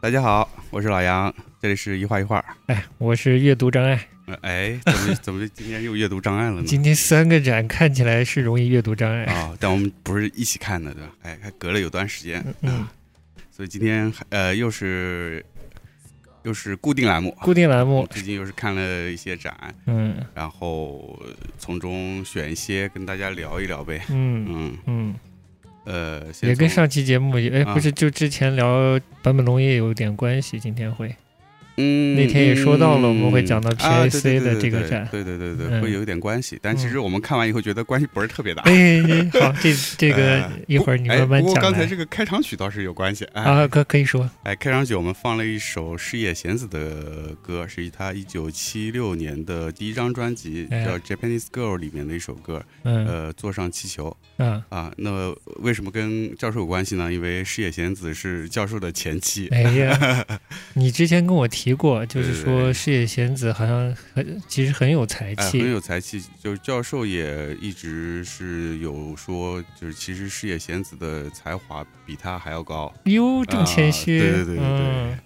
大家好，我是老杨，这里是一画一画。哎，我是阅读障碍，呃哎，怎 么怎么今天又阅读障碍了呢？今天三个展看起来是容易阅读障碍。啊、但我们不是一起看的，对吧？哎，还隔了有段时间，啊嗯，所以今天还呃又是又是固定栏目。啊固定栏目，最近又是看了一些展，嗯然后从中选一些跟大家聊一聊呗。嗯嗯，嗯，呃，先也跟从上期节目也，哎，啊不是，就之前聊坂本龙也有点关系。今天会，嗯那天也说到了我们会讲到嗯啊对 PAC 对对的这个对展对对对对，嗯会有一点关系，但其嗯实我们看完以后觉得关系不是特别大。哎，好，这这个呃一会儿你啊哎慢慢不过讲刚才来。这个开场曲倒是有关系哎啊，可可以说，哎，开场曲我们放了一首矢野贤子的歌，是他一九七六年的第一张专辑哎叫《Japanese Girl》里面的一首歌，嗯呃，坐上气球啊，啊。那么为什么跟教授有关系呢？因为矢野贤子是教授的前妻，哎呀，你之前跟我提过，就是对对说对矢野贤子好像很其实很有才哎，很气，有才气。就是教授也一直是有说，就是其实矢野贤子的才华比他还要高。哟，这么谦啊虚，对对对对对嗯。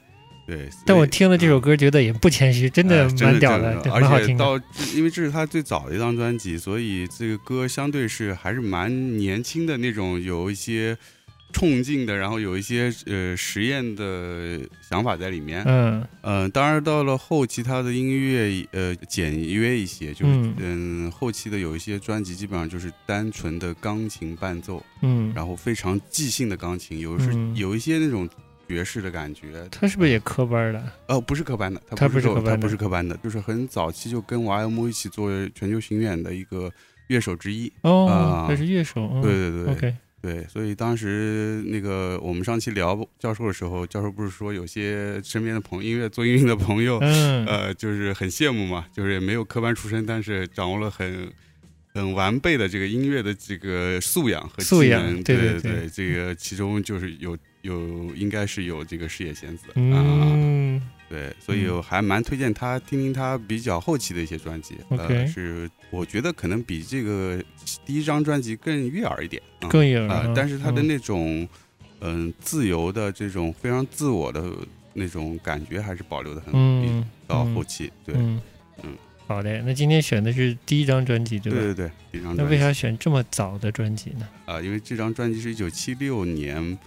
对，所但我以听了这首歌，觉得也不谦虚，真的哎真蛮屌的的，真对而蛮好且听的。到因为这是他最早的一张专辑，所以这个歌相对是还是蛮年轻的那种，有一些冲劲的，然后有一些呃实验的想法在里面。嗯嗯、当然到了后期，他的音乐呃简约一些，就是嗯嗯后期的有一些专辑基本上就是单纯的钢琴伴奏，嗯，然后非常即兴的钢琴，有时、嗯有一些那种爵士的感觉，他是不是也科班的？呃，不是科班的，他他不不是科科班他不的是科班的，就是很早期就跟 YMO 一起做全球巡演的一个乐手之一。哦啊，他是乐手。嗯对对对 OK，对，所以当时那个我们上期聊教授的时候，教授不是说有些身边的朋音乐做音乐的朋友，嗯呃，就是很羡慕嘛，就是也没有科班出身，但是掌握了很很完备的这个音乐的这个素养和素技养能对对对对，对这个其中就是有有应该是有这个矢野贤子啊。嗯对，所以嗯我还蛮推荐他听听他比较后期的一些专辑。呃， OK 是我觉得可能比这个第一张专辑更悦耳一点。啊更有啊、人。但是他的嗯那种嗯、自由的这种非常自我的那种感觉还是保留的很、嗯到后期。对、嗯嗯嗯，好嘞。那今天选的是第一张专辑，对对对吧？对，第一张那专为辑啊、呃啥选这么早的专辑呢？因为这张专辑是一九七六年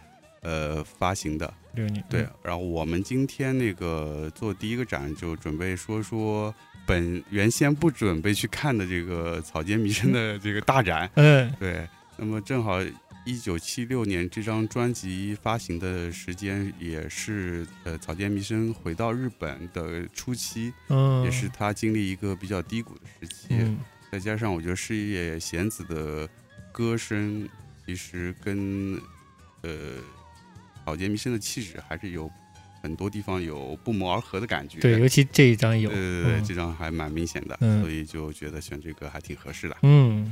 呃发行的。六年。对，啊然后我们今天那个做第一个展，就准备说说本原先不准备去看的这个草间弥生的这个大展。嗯，对，那么正好一九七六年这张专辑发行的时间，也是呃草间弥生回到日本的初期，嗯嗯，也是他经历一个比较低谷的时期。嗯再加上我觉得矢野贤子的歌声其实跟呃草间弥生的气质还是有很多地方有不谋而合的感觉。对，尤其这一张有对，对对，嗯这张还蛮明显的，嗯所以就觉得选这个还挺合适的。嗯，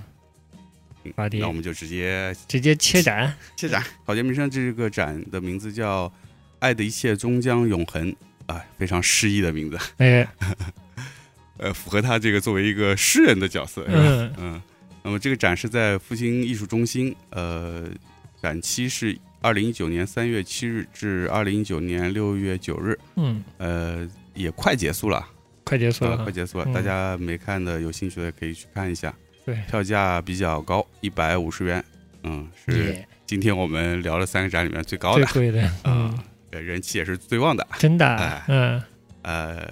嗯好的那我们就直接直接切展。切展。草间弥生这个展的名字叫《爱的一切终将永恒》啊，非常诗意的名字，哎，呃，符合他这个作为一个诗人的角色，是吧？嗯嗯，那么这个展是在复兴艺术中心，呃，展期是二零一九年三月七日至二零一九年六月九日，嗯，呃，也快结束了，啊、快结束了哈快。结束了，嗯大家没看的有兴趣的可以去看一下，对票价比较高，一百五十元，嗯，是耶今天我们聊了三个展里面最高最的，贵的，嗯嗯。，呃人气也是最旺的，真的哎啊，嗯，呃，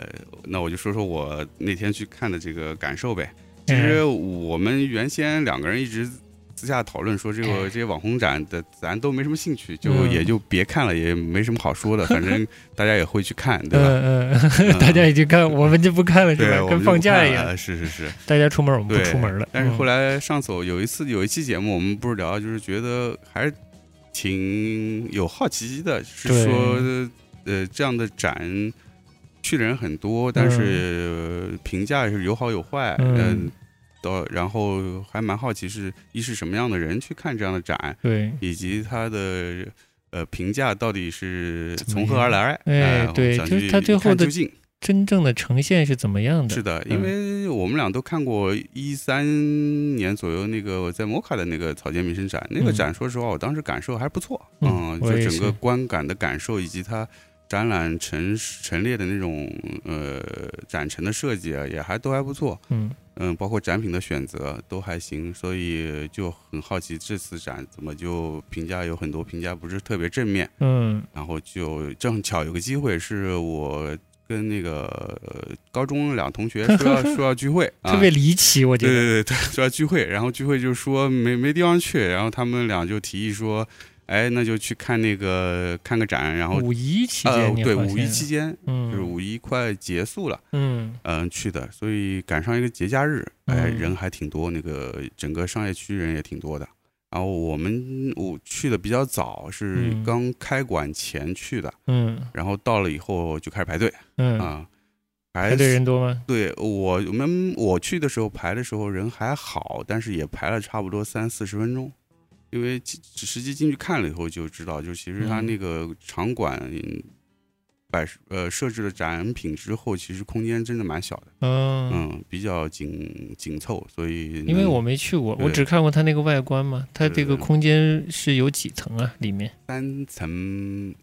那我就说说我那天去看的这个感受呗。其嗯实我们原先两个人一直私下讨论说，这个哎这些网红展的咱都没什么兴趣，就嗯也就别看了，也没什么好说的，反 正大家也会去看，对吧？嗯嗯 嗯嗯，大家已经看，我们就不看了是对，吧？我们就跟不放假看一了样，，是是是。大家出门我们不对出门了。嗯但是后来，来上次我有一次有一期节目，我们不是聊，就是觉得还是挺有好奇心的，是对说呃这样的展去的人很多，但是、呃评价是有好有坏，嗯嗯。到，然后还蛮好奇是一是什么样的人去看这样的展，对，以及他的呃评价到底是怎么从何而来？样哎我对想就是去他最一看后的究竟真正的呈现是怎么样的？是的，因为我们俩都看过一三年左右那个我在摩卡的那个草间弥生展，那个嗯展，说实话，我当时感受还不错，嗯嗯，我就也整个是观感的感受以及它展览陈陈列的那种呃展陈的设计啊，也还都还不错，嗯嗯，包括展品的选择都还行，所以就很好奇这次展怎么就评价有很多评价不是特别正面，嗯然后就正巧有个机会是我。跟那个呃高中两同学说 要说要聚会，啊特别离奇，我觉对得，对对 对，说要聚会，然后聚会就说没没地方去，然后他们俩就提议说，哎，那就去看那个看个展，然后五一期呃间你对发五一现期，间嗯，就是五一快结束了，嗯嗯、去的，所以赶上一个节假日，哎，嗯人还挺多，那个整个商业区人也挺多的。然后我们我去的比较早，是嗯刚开馆前去的，嗯然后到了以后就开始排队嗯，啊，排排队人多吗？对我我们我去的时候排的时候人还好，但是也排了差不多三四十分钟，因为其实际进去看了以后就知道，就其实它嗯那个场馆摆呃设置了展品之后，其实空间真的蛮小的，嗯，嗯，比较紧紧凑，所以因为能我没去过，我对只看过它那个外观嘛，它这对个对对空间是有几层啊？里面，三层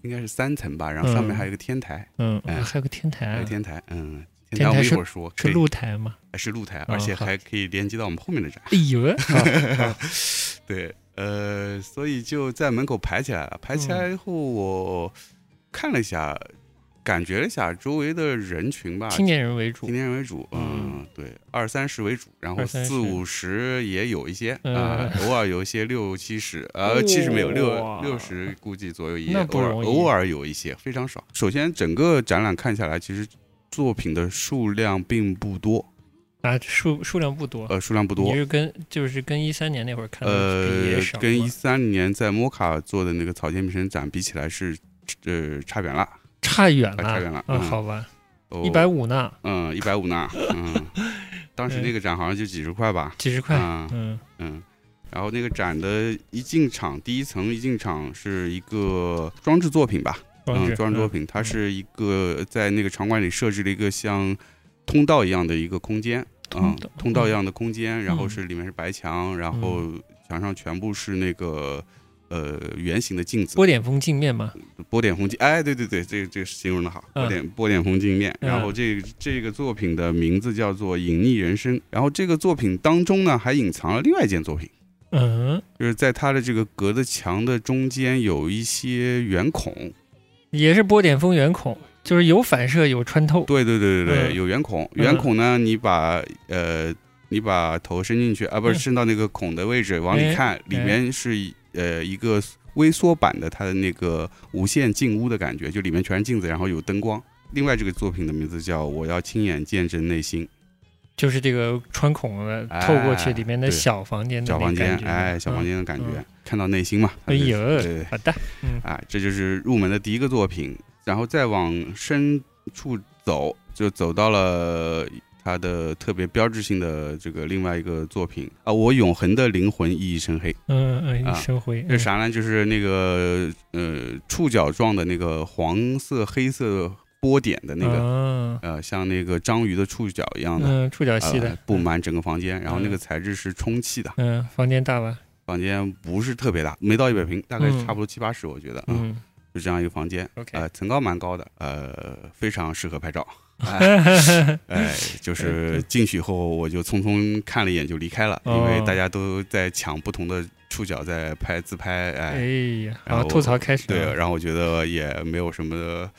应该是三层吧，然后上面还有一个天台，嗯，哎哦还有个天台还有啊，天台，嗯，天台我台们一是会儿说，可是以露台嘛？是露台，而且啊好还可以连接到我们后面的展。 哎呦，对，呃，所以就在门口排起来了。排起嗯来以后，我看了一下，感觉了一下周围的人群吧，青年人为主青，年人为主，嗯，对，二三十为主，然后二三十四五十也有一些嗯啊、偶尔有一些六七十，呃，七十没有，六哇六十估计左右也那偶不尔容易偶尔有一些，非常少。首先，整个展览看下来，其实作品的数量并不多，啊，数数量不多。呃，数量不多你，是跟就是跟一三年那会儿看的比呃也少，跟一吗三年在摩卡做的那个草间弥生展比起来是，呃，差远了，差远了，差远了啊，嗯好吧，哦一百，五呢，嗯，一百五呢， 嗯，当时那个展好像就几十块吧，几十块，啊，嗯嗯，然后那个展的一进场，第一层一进场是一个装置作品吧，装置嗯，装置作品，它是一个在那个场馆里设置了一个像通道一样的一个空间，通嗯道，通道一样的空间，然后嗯是里面是白墙，然后墙上全部是那个呃圆形的镜子，波点风镜面嘛，波点风镜，哎，对对对，这个这个形容的好，嗯波点波点风镜面。嗯然后这个这个作品的名字叫做《隐匿人生》，然后这个作品当中呢还隐藏了另外一件作品，嗯，就是在它的这个隔着墙的中间有一些圆孔，也是波点风圆孔，就是有反射有穿透，对对对对对，嗯有圆孔，嗯圆孔呢，你把呃，你把头伸进去啊，不是嗯伸到那个孔的位置往里哎看，里面是一呃一个微缩版的它的那个无限进屋的感觉，就里面全是镜子，然后有灯光。另外这个作品的名字叫《我要亲眼见证内心就是这个穿孔的哎透过去里面的对小房间》，的小那房间嗯感，觉哎，小房，间的感觉嗯，看到内心嘛。它嗯就哎是对呦对，好的，啊，这就是入门的第一个作品，然后再往深处走，就走到了他的特别标志性的这个另外一个作品啊，我永恒的灵魂熠熠生黑。嗯嗯，啊一身灰，这嗯啥呢？就是那个呃触角状的那个黄色黑色波点的那个、啊呃，像那个章鱼的触角一样的。嗯，触角系呃的，布满整个房间，然后那嗯个材质是充气的，嗯，房间大吧，房间不是特别大，没到一百平，大概嗯差不多七八十，我觉得，嗯，嗯就这样一个房间， ，OK，呃，层高蛮高的，呃，非常适合拍照。 哎，哎 哎就是进去以后，我就匆匆看了一眼就离开了，因为哦大家都在抢不同的触角在拍自拍，哎，呀，然好，后吐槽开始啊对，了，然后我觉得也没有什么，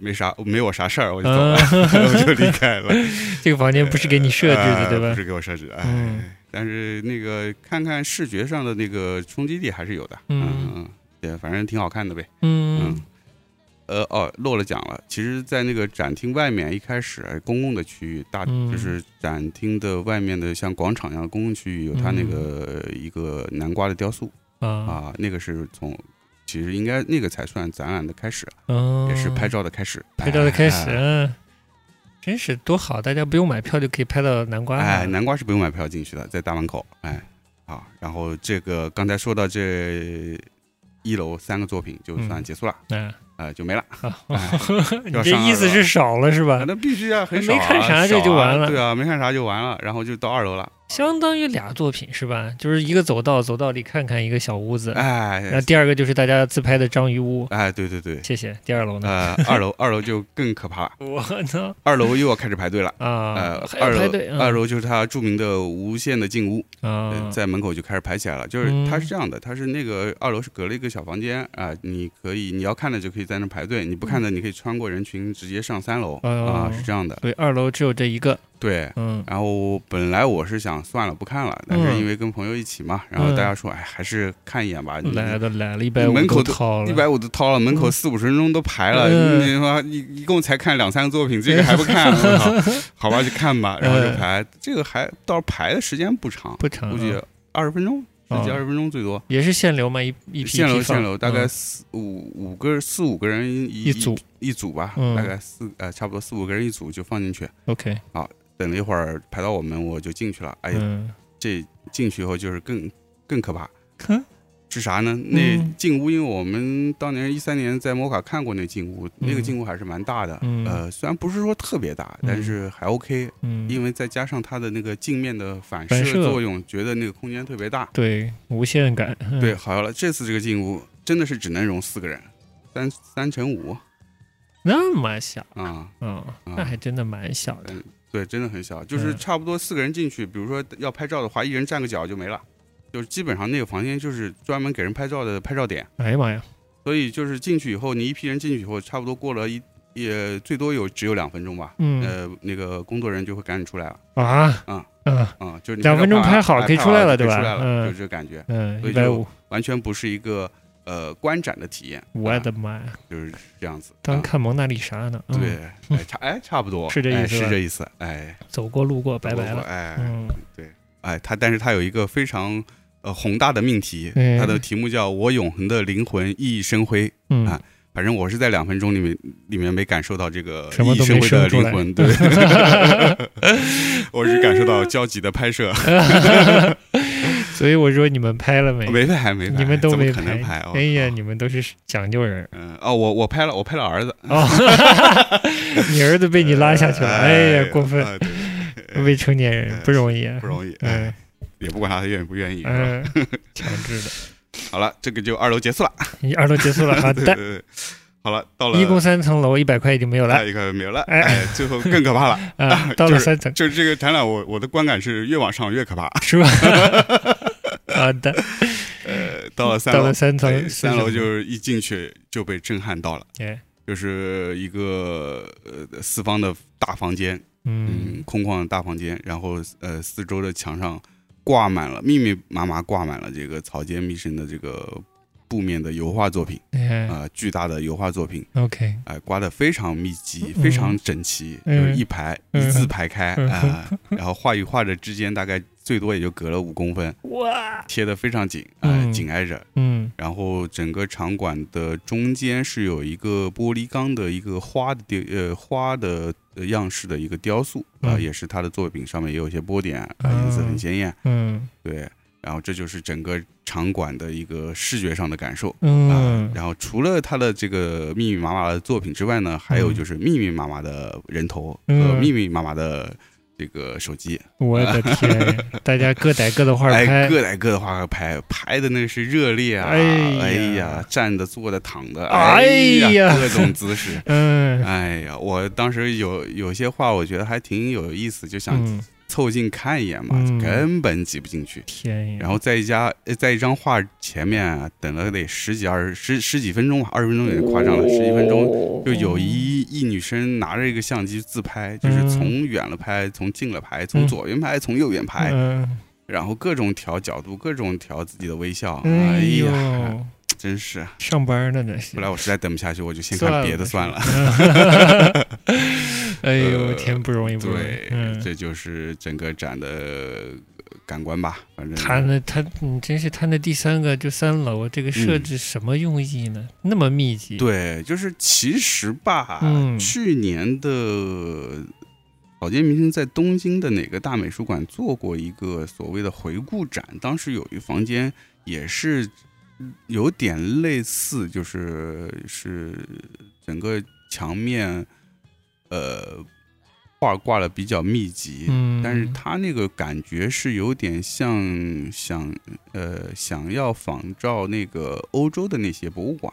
没啥，没有啥事儿，我就走了， 我嗯，就离开了。 这个房间不是给你设置的，哎对不吧？是给我设置的，哎，嗯但是那个看看视觉上的那个冲击力还是有的，嗯嗯，对，反正挺好看的呗。嗯呃哦，漏了讲了。其实，在那个展厅外面，一开始公共的区域，大、嗯就是展厅的外面的像广场一样的公共区域，有它那嗯个、一个南瓜的雕塑啊，啊，那个是从其实应该那个才算展览的开始，嗯，也是拍照的开始，拍照的开始，哎嗯真是多好！大家不用买票就可以拍到南瓜了。嗯哎，南瓜是不用买票进去的，在大门口。哎，好，然后这个刚才说到这一楼三个作品就算嗯结束了，哎啊、就 没了。啊哎你 要这上意思二楼嗯是少了是吧啊，？那必须啊，很少、啊，没看啥少啊这就完了对啊，没看啥就完了，然后就到二楼了。相当于俩作品是吧？就是一个走道，走道里看看一个小屋子，那哎第二个就是大家自拍的章鱼屋。哎，对对对，谢谢。第二楼呢？呃，二楼二楼就更可怕，我操二楼又要开始排队了。啊呃！还，二要排楼队啊二楼就是它著名的无限的进屋，呃啊，在门口就开始排起来了。就是嗯它是这样的，它是那个二楼是隔了一个小房间啊，你可以你要看的就可以在那排队，你不看的你可以穿过人群直接上三楼啊嗯哦，是这样的。所以二楼只有这一个。对，嗯然后本来我是想算了不看了，但是因为跟朋友一起嘛，然后大家说哎还是看一眼吧，你来都来了，一百嗯五门口都掏了，一百五都掏了，门口四五十分钟都排了，嗯你妈一一共才看两三个作品，这个还不 看，我操！好吧，就看嗯吧，然后就排。这个还倒是排的时间不长，不长，估计嗯二十分钟，十几哦二十分钟最多。也是限流嘛，一一批一批限流放限流，大概嗯四五五个四五个人一一组一组吧，嗯大概四呃差不多四五个人一组就放进去。 OK，等了一会儿排到我们，我就进去了。哎呀，嗯，这进去以后就是更更可怕。哼是啥呢？那嗯进屋，因为我们当年一三年在摩卡看过那进屋，那个进屋还是蛮大的。嗯呃，虽然不是说特别大，嗯但是还 OK，、嗯，因为再加上它的那个镜面的反反射射作用，觉得那个空间特别大。对，无限感，嗯对，，好了，这次这个进屋真的是只能容四个人，三三乘五那么小啊、嗯，嗯那还真的蛮小的，对，真的很小，就是嗯差不多四个人进去，比如说要拍照的话，一人站个脚就没了，就是基本上那个房间就是专门给人拍照的拍照点。哎呀妈呀，所以就是进去以后，你一批人进去以后，差不多过了一也最多有只有两分钟吧。嗯呃，那个工作人员就会赶紧出来了啊，嗯嗯啊、就是你两分钟拍拍好了了可以出来了对吧出来了，嗯就是这个感觉，嗯，所一以就百五，完全不是一个呃观展的体验。我啊的妈呀，就是这样子。当啊看蒙娜丽莎呢，嗯，对，哎差哎差不多 是这意思哎吧是这意思，哎，走过路过拜拜我了，哎嗯，哎，他但是他有一个非常呃宏大的命题，哎他的题目叫“我永恒的灵魂熠熠生辉”。啊嗯，反正我是在两分钟里面里面没感受到这个什么熠熠都生没辉的生出灵来魂，对， 我只感受到焦急的拍 摄， 哎所以我说你们拍了没？没拍没拍，你们都怎么没可能拍？哦哎呀，你们都是讲 究人嗯哦，我我拍了，我拍了儿子，哦， 你儿子被你拉下去了，哎呀，过分，啊对未成年人不容易啊，不容 易，嗯哎，也不管他愿不愿意。是吧 嗯，强制的，好了，这个就二楼结束了。你二楼 结束了，好对的。对对，好了，到了一共三层楼，一百块已经没有下了一个没有了，哎哎，最后更可怕了。 啊！到了就是三层就是这个展览，我我的观感是越往上越可怕。是 吧？好的，呃，到了三到楼了，三层对是三什楼么就是一进去就被震撼到了，哎就是一个呃四方的大房间，嗯嗯，空旷的大房间，然后呃四周的墙上挂满了密密麻麻挂满了这个草间弥生的这个布面的油画作品哎啊、巨大的油画作品。 OK 哎，刮得非常密集，嗯非常整齐，嗯就是一排嗯一字排开啊、嗯然后画与画的之间大概最多也就隔了五公分，哇贴得非常紧啊、嗯紧挨着。嗯然后整个场馆的中间是有一个玻璃缸的一个花的雕呃花的呃样式的一个雕塑啊、嗯也是他的作品上面也有一些波点，啊、啊颜色很鲜艳，嗯对。然后这就是整个场馆的一个视觉上的感受。啊嗯，然后除了他的这个密密麻麻的作品之外呢，还有就是密密麻麻的人头和嗯密密麻麻的这个手机，我的天，大家各逮各的画儿 哎，拍，各来各的话拍，拍的那是热烈啊，哎哎呀呀，站的、坐的、躺的，哎呀。呀，各种姿势 嗯哎呀，我当时有有些话，我觉得还挺有意思，就想嗯，凑近看一眼嘛，嗯根本挤不进去。天呀，然后在一家呃在一张画前面啊、等了得十几二十十十几分钟吧，二十分钟有点夸张了，十几分钟就有一一女生拿着一个相机自拍，就是嗯从远了拍，从近了拍，从嗯左边拍，从右边拍，嗯然后各种调角度，各种调自己的微笑，哎哎呀，呦，真是！上班呢那是后来，我实在等不下去，我就先看别的算了。了。 哎呃呦，天不容易不容 易，对，嗯这就是整个展的呃感官吧，反正他那他，你真是他那第三个就三楼这个设置什么用意呢？那么密集，，嗯对，就是其实吧，嗯去年的草间弥生在东京的哪个大美术馆做过一个所谓的回顾展，当时有一房间也是有点类似，就是是整个墙面呃画挂的比较密集，嗯，但是他那个感觉是有点像想呃想要仿照那个欧洲的那些博物馆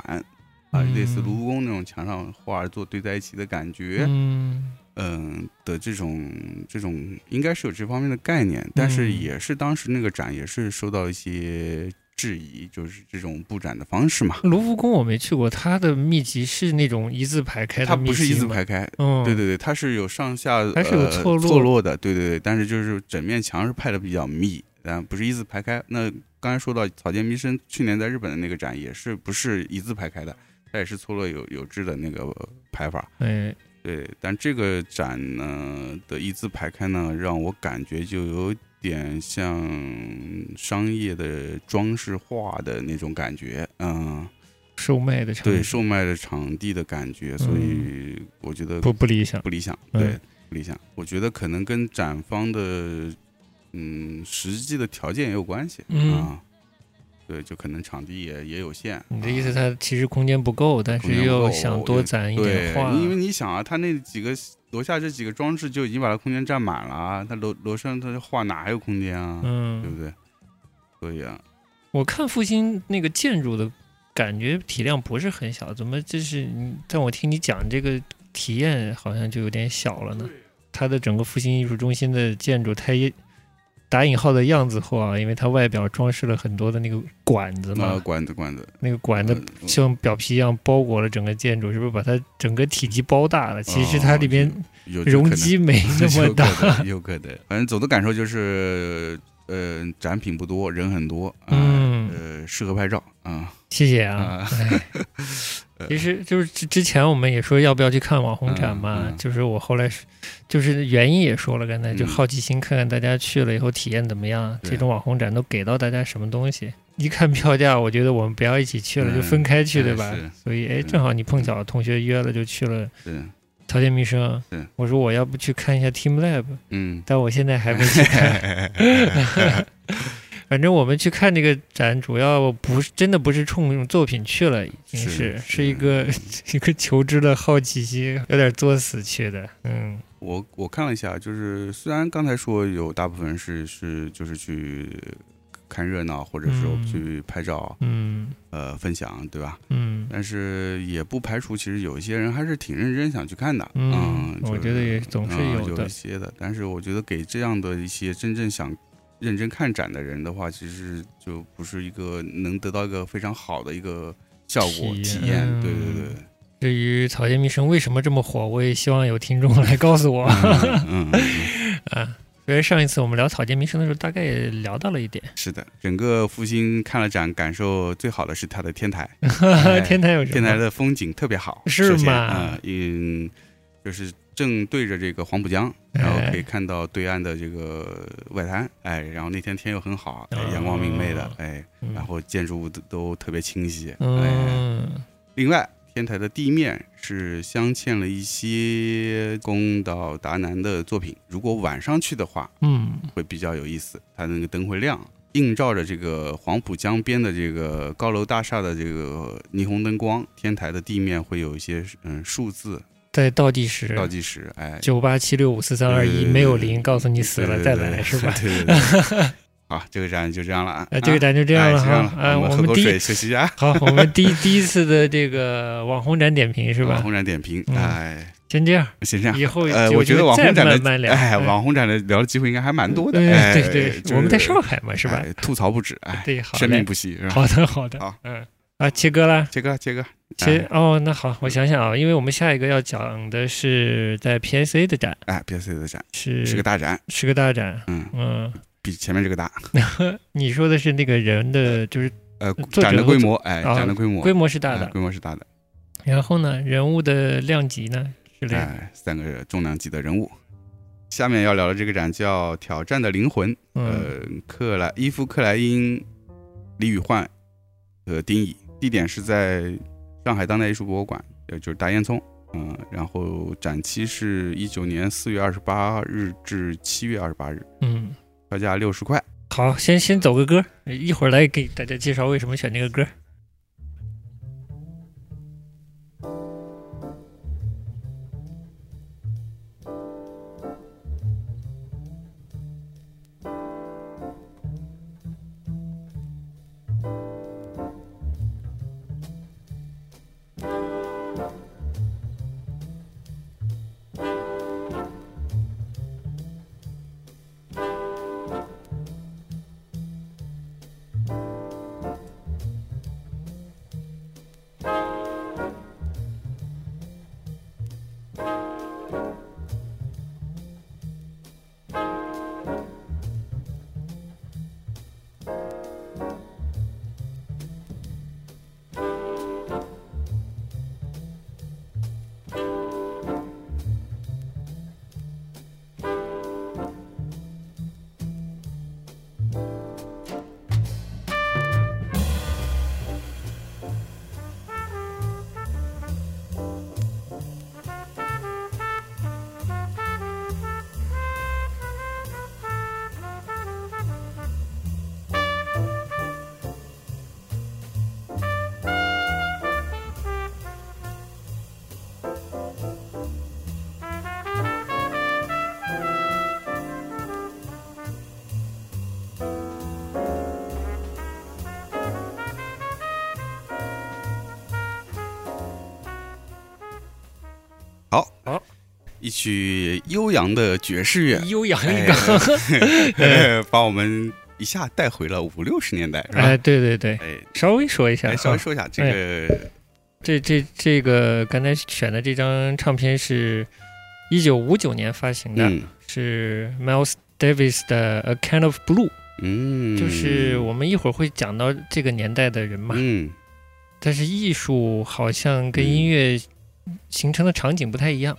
啊，类似卢浮宫那种墙上画作堆在一起的感觉，嗯嗯、的这种这种应该是有这方面的概念，但是嗯也是当时那个展也是受到一些质疑，就是这种布展的方式嘛，卢浮宫我没去过，它的秘籍是那种一字排开的它秘籍不是一字吗，排开。嗯，对对对，它是有上下，还是有呃错落错落的，对对对，但是就是整面墙是拍的比较密，但不是一字排开。那刚才说到草间弥生去年在日本的那个展也是不是一字排开的，它也是错落有有致的那个排法。哎，对，但这个展呢的一字排开呢，让我感觉就有点像商业的装饰画的那种感觉，嗯，售卖的场对，地售卖的场地的感觉，所以我觉得嗯不不理想，不理想，嗯对，不理想。我觉得可能跟展方的嗯实际的条件也有关系、嗯啊，对，就可能场地也也有限。你的意啊思，它其实空间不够，但空间是不够又想多攒一对点画，，因为你想啊，他那几个楼下这几个装置就已经把它空间占满了啊，他楼楼上他画哪还有空间啊，对嗯，不对？所以啊，我看复兴那个建筑的感觉体量不是很小，怎么这是你？但我听你讲这个体验好像就有点小了呢。它的整个复兴艺术中心的建筑太打引号的样子后啊，因为它外表装饰了很多的那个管子嘛，那管子管子，那个管子呃像表皮一样包裹了整个建筑，是不是把它整个体积包大了？其实它哦里边有这容可能 积没那么大有。可能，有可能。反正总的感受就是，呃，展品不多，人很多，啊、嗯呃，适合拍照啊谢谢啊。啊，哎其实就是之之前我们也说要不要去看网红展嘛，嗯嗯就是我后来是就是原因也说了，刚才就嗯好奇心看看大家去了以后体验怎么样，对这种网红展都给到大家什么东西。一看票价，我觉得我们不要一起去了，嗯就分开去，是对吧？是嗯所以哎，是正好你碰巧同学约了，就去了是，条件密生是。我说我要不去看一下 Team Lab，嗯，但我现在还没去看。 反正我们去看这个展，主要不是真的不是冲作品去了，已经是是是是一个 一个求知的好奇心，有点作死去的。嗯我我看了一下，就是虽然刚才说有大部分人是是就是去看热闹，或者是嗯去拍照，嗯呃，分享，对吧？嗯但是也不排除，其实有一些人还是挺认真想去看的。啊嗯，就我是觉得也总是嗯有的的一。些的。但是我觉得给这样的一些真正想认真看展的人的话，其实就不是一个能得到一个非常好的一个效果体验体验。对对嗯对，至于草间弥生为什么这么火，我也希望有听众来告诉我。嗯，嗯嗯啊， 因为上一次我们聊草间弥生的时候，大概也聊到了一点。是的。整个复兴看了展，感受最好的是它的天 台，哎天台有什么？天台的风景特别好，是首先吗啊嗯，就是正对着这个黄浦江，然后可以哎看到对岸的这个外滩，哎，然后那天天又很好，哎哦阳光明媚的，哎，嗯然后建筑物都都特别清晰，哎，嗯另外。天台的地面是镶嵌了一些宫岛达南的作品，如果晚上去的话，嗯会比较有意思，它那个灯会亮，映照着这个黄浦江边的这个高楼大厦的这个霓虹灯光，天台的地面会有一些嗯数字在倒计时，倒计时，哎，九八七六五四三二对对一，对没有零，告诉你死了对再对对？来是吧 对对对。 好，这个展就这样了啊，哎，这个啊咱就这样了哎就哈。哎，我我们喝们口第水一休息一下， 啊好，我们第一第一次的这个网红展点评是网吧？红展点评，嗯哎，先这样，先这样。以后呃，有我觉机会得网再红展慢的慢聊。哎，嗯网红展的聊的机会应该还蛮多的。嗯哎，对对就，是我们在上海嘛是吧？哎吐槽不止，哎，对，好生命嘞，不息，是吧？好的好的好，嗯啊，切割啦。切割，切割，切哎哦，那好，我想想啊，因为我们下一个要讲的是在 PSA 的展，哎，PSA 的展是是个大展，是个大展，嗯，嗯，比前面这个大。你说的是那个人的，就是呃，作展者的和规作模，哎，啊展的规模，规模是大哎的，规模是大的，然后呢，人物的量级呢之类的，哎，三个重量级的人物。下面要聊的这个展叫《挑战的灵魂》，嗯呃，克莱伊夫克莱因、李宇焕和丁乙，地点是在上海当代艺术博物馆，呃，就是大烟囱，嗯、然后展期是一九年四月二十八日至七月二十八日，嗯，票价六十块。好，先先走个歌，一会儿来给大家介绍为什么选这个歌。 Thank 一曲悠扬的爵士乐，悠扬一刚，把我们一下带回了五六十年代，是吧？哎，对对对，哎，稍微说一下来哈，稍微说一下这个，这这这个刚才选的这张唱片是一九五九年发行的，嗯是 Miles Davis 的《A Kind of Blue》，嗯，就是我们一会儿会讲到这个年代的人嘛，嗯但是艺术好像跟音乐嗯形成的场景不太一样。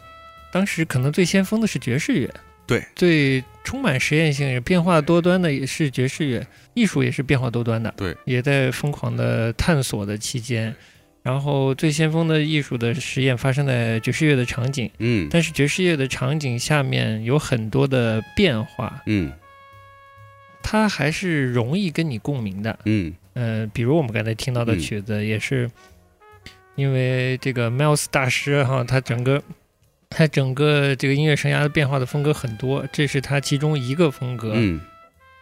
当时可能最先锋的是爵士乐，对，最充满实验性、变化多端的也是爵士乐，艺术也是变化多端的，对，也在疯狂的探索的期间。然后最先锋的艺术的实验发生在爵士乐的场景，嗯但是爵士乐的场景下面有很多的变化，嗯它还是容易跟你共鸣的。嗯呃，比如我们刚才听到的嗯曲子，也是因为这个 Miles 大师哈，他整个他整个这个音乐生涯的变化的风格很多，这是他其中一个风格。嗯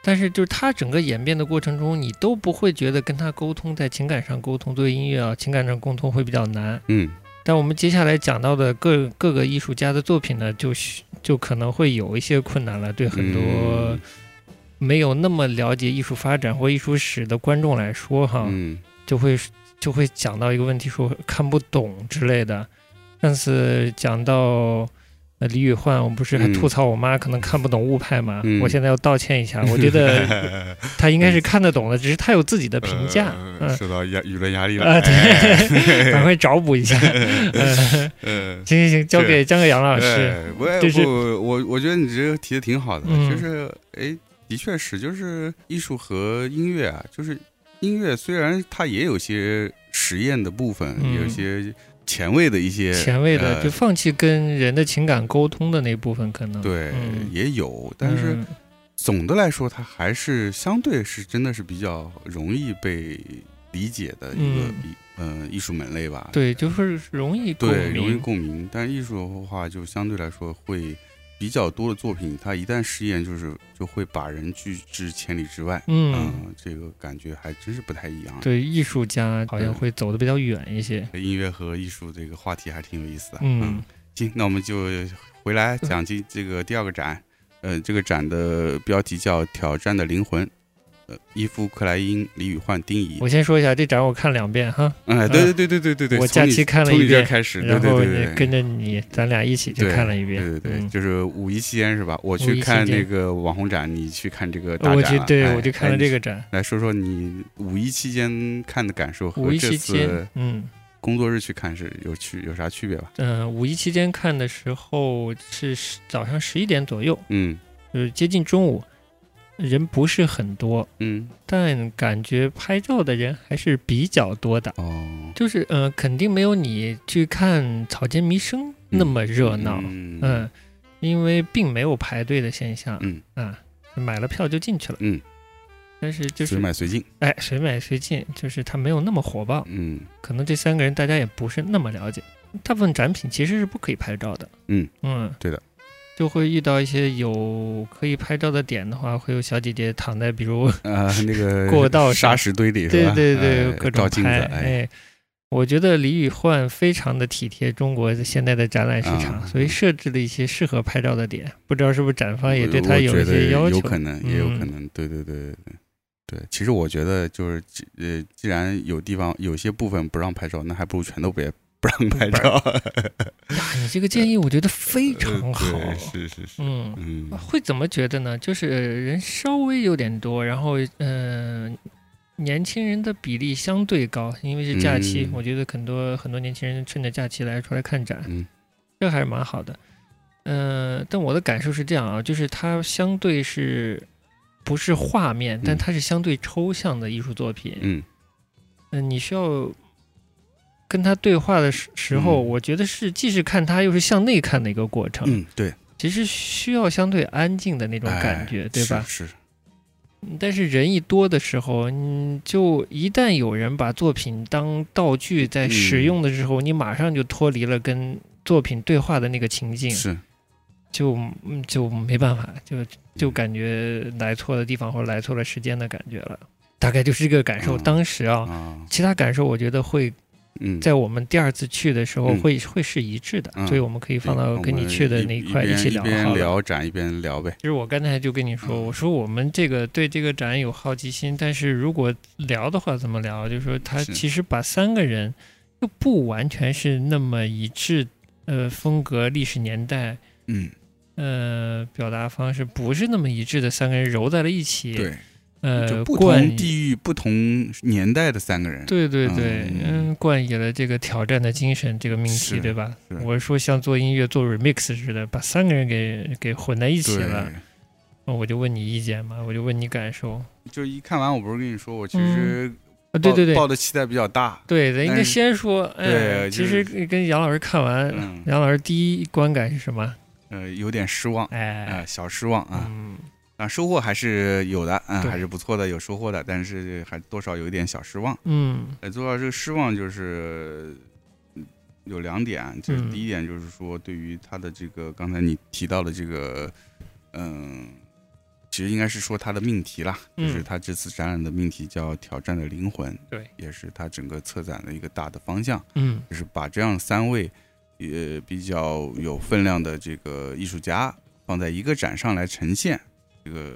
但是就是他整个演变的过程中，你都不会觉得跟他沟通，在情感上沟通，作为音乐啊，情感上沟通会比较难。嗯但我们接下来讲到的各各个艺术家的作品呢，就需就可能会有一些困难了，对很多嗯没有那么了解艺术发展或艺术史的观众来说，哈，嗯就会就会讲到一个问题，说看不懂之类的。上次讲到呃李宇焕，我不是还嗯吐槽我妈可能看不懂雾派嘛？嗯我现在要道歉 一下，我觉得她应该是看得懂的，只是她有自己的评价，呃嗯、受到压舆论压力啊了，对 对赶快找补一下。嗯呃，行行行，交给交给杨老师。对，我也就是不，我我觉得你这个提的挺好的，嗯就是哎，的确是，就是艺术和音乐啊，就是音乐虽然它也有些实验的部分，嗯也有些前卫的一些前卫的，呃就放弃跟人的情感沟通的那部分，可能对、嗯也有，但是嗯总的来说，它还是相对是真的是比较容易被理解的一个嗯艺、呃艺术门类吧，对，就是容易共对，鸣，容易共鸣。但是艺术的话，就相对来说会比较多的作品，它一旦试验，就是就会把人拒之千里之外。嗯，这个感觉还真是不太一样。，对，艺术家好像嗯会走的比较远一些。音乐和艺术这个话题还挺有意思的。嗯，行，那我们就回来讲这这个第二个展，呃，这个展的标题叫《挑战的灵魂》。呃，伊夫·克莱因、李宇焕、丁仪我，先说一下这展，我看两遍哈，哎，对对对对对对对，我从假你期看了从一你这遍开始，对然对后对对也对，跟着你，咱俩一起去对看了一遍。对对对，嗯就是五一期间是吧？我五一去期看那间个网红展，你去看这个大展我去了，对哎我就看了哎这你个展。来说说你五一期间看的感受和五一这期间次，嗯工作日去看是有区有啥区别吧？嗯、呃五一期间看的时候是十早上十一点左右，嗯就是接近中午，人不是很多，嗯但感觉拍照的人还是比较多的。哦，就是呃，肯定没有你去看草间弥生那么热闹，嗯嗯，因为并没有排队的现象，嗯啊，买了票就进去了，嗯，但是就随是买随进，哎，谁买谁进，就是它没有那么火爆，嗯可能这三个人大家也不是那么了解，大部分展品其实是不可以拍照的，嗯嗯，对的。就会遇到一些有可以拍照的点的话，会有小姐姐躺在比如呃那个 过道上沙石堆里是对吧，对对，哎各种照镜子，拍，哎，哎。我觉得李宇焕非常的体贴中国现在的展览市场，啊所以设置了一些适合拍照的点。不知道是不是展方也我对他我有觉一得些要求？有可能，也有嗯可能，对对对对对。对，其实我觉得就是，既呃，既然有地方有些部分不让拍照，那还不如全都别不让拍照， 哎呀，你这个建议我觉得非常好。呃对是是是，嗯，嗯会怎么觉得呢？就是人稍微有点多，然后嗯、年轻人的比例相对高，因为是假期，嗯我觉得很多很多年轻人趁着假期来出来看展，嗯这还是蛮好的。嗯、但我的感受是这样啊，就是它相对是不是画面，但嗯它是相对抽象的艺术作品。嗯嗯、你需要跟他对话的时时候，嗯我觉得是既是看他，又是向内看的一个过程。嗯，对，其实需要相对安静的那种感觉，哎对吧？是是，但是人一多的时候，你就一旦有人把作品当道具在使用的时候，你马上就脱离了跟作品对话的那个情境，是，就嗯就没办法，就就感觉来错了地方或者来错了时间的感觉了，大概就是这个感受。嗯当时啊，啊，其他感受我觉得会嗯，在我们第二次去的时候嗯会会是一致的，嗯所以我们可以放到对跟你去的那块我们一起一聊边一好边了。聊嗯展一边聊呗。其实我刚才就跟你说，我说我们这个对这个展有好奇心，但是如果聊的话怎么聊？就是说他是其实把三个人又不完全是那么一致，呃，风格、历史年代、嗯，呃，表达方式不是那么一致的三个人揉在了一起，对，呃，就不冠同地域、不同年代的三个人，对对对，嗯嗯，冠以了这个挑战的精神，这个命题，是对吧是？我说像做音乐做 remix 似的，把三个人给给混在一起了，哦对我就问你意见嘛，我就问你感受。就一看完，我不是跟你说，我其实啊，对抱对对抱的期待比较大。对，咱应该但是先说，对哎，就其是实跟杨老师看完，嗯杨老师第一观感是什么？呃，有点失望，哎，啊，小失望啊，嗯，啊，收获还是有的，啊，对还是不错的，有收获的，但是还多少有一点小失望。嗯呃，做到这个失望就是嗯有两点，啊就是嗯第一点就是说，对于他的这个刚才你提到的这个，嗯，其实应该是说他的命题啦，就嗯是他这次展览的命题叫“挑战的灵魂”，对，也是他整个策展的一个大的方向，嗯就是把这样三位呃比较有分量的这个艺术家放在一个展上来呈现，这个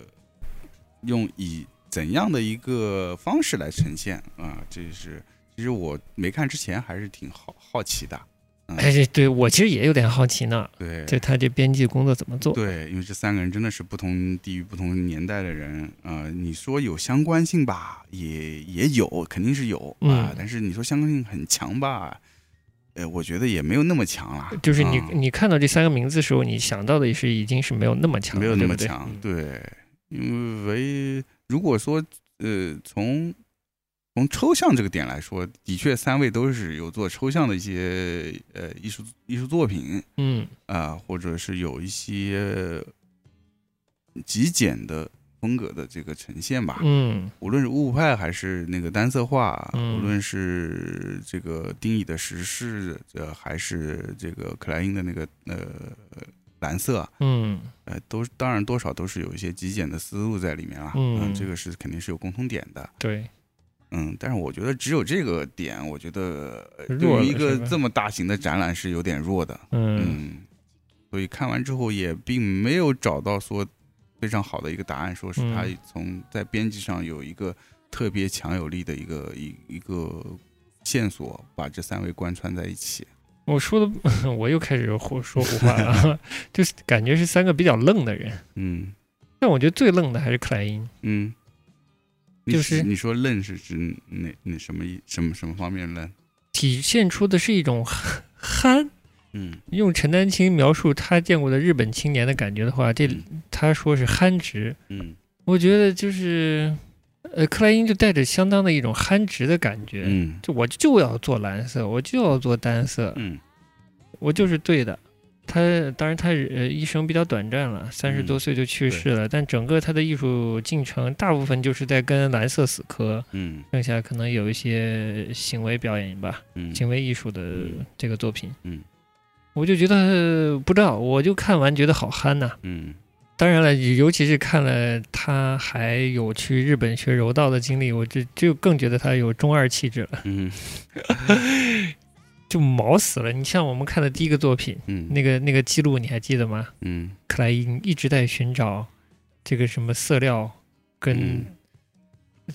用以怎样的一个方式来呈现啊？这是其实我没看之前还是挺好好奇的，哎，这对我其实也有点好奇呢，嗯对就他这编辑工作怎么做？对，因为这三个人真的是不同地域、不同年代的人，呃，你说有相关性吧，也也有，肯定是有啊，嗯但是你说相关性很强吧，呃，我觉得也没有那么强了，就是你、嗯你看到这三个名字的时候，你想到的也是已经是没有那么强了，没有那么对不对强，嗯对因为如果说呃从从抽象这个点来说，的确三位都是有做抽象的一些呃艺术艺术作品嗯啊、或者是有一些极简的风格的这个呈现吧，嗯无论是雾派还是那个单色画，嗯无论是这个丁乙的石室，呃，还是这个克莱因的那个呃蓝色啊，嗯呃，都是当然多少都是有一些极简的思路在里面啦。嗯这个是肯定是有共通点的。对，嗯，但是我觉得只有这个点，我觉得呃弱对了于一个是吧这么大型的展览是有点弱的。嗯嗯，所以看完之后也并没有找到说非常好的一个答案，说是他嗯从在编辑上有一个特别强有力的一个一一个线索，把这三位贯穿在一起。我说的 我又开始胡说胡话了， 就是感觉是三个比较愣的人，嗯但我觉得最愣的还是克莱因，嗯。你就是指你说愣是指哪哪什么一什么什么方面愣？体现出的是一种憨。嗯用陈丹青描述他见过的日本青年的感觉的话，这嗯他说是憨直，嗯我觉得就是，呃，克莱因就带着相当的一种憨直的感觉，嗯就我就要做蓝色，我就要做单色，嗯我就是对的。他当然他呃一生比较短暂了，三十嗯多岁就去世了，但整个他的艺术进程大部分就是在跟蓝色死磕，嗯剩下可能有一些行为表演吧，嗯行为艺术的嗯这个作品。嗯，我就觉得呃不知道，我就看完觉得好憨呐、嗯当然了，尤其是看了他还有去日本学柔道的经历，我就就更觉得他有中二气质了。嗯就毛死了。你像我们看的第一个作品，嗯那个那个记录你还记得吗？嗯克莱因一直在寻找这个什么色料跟嗯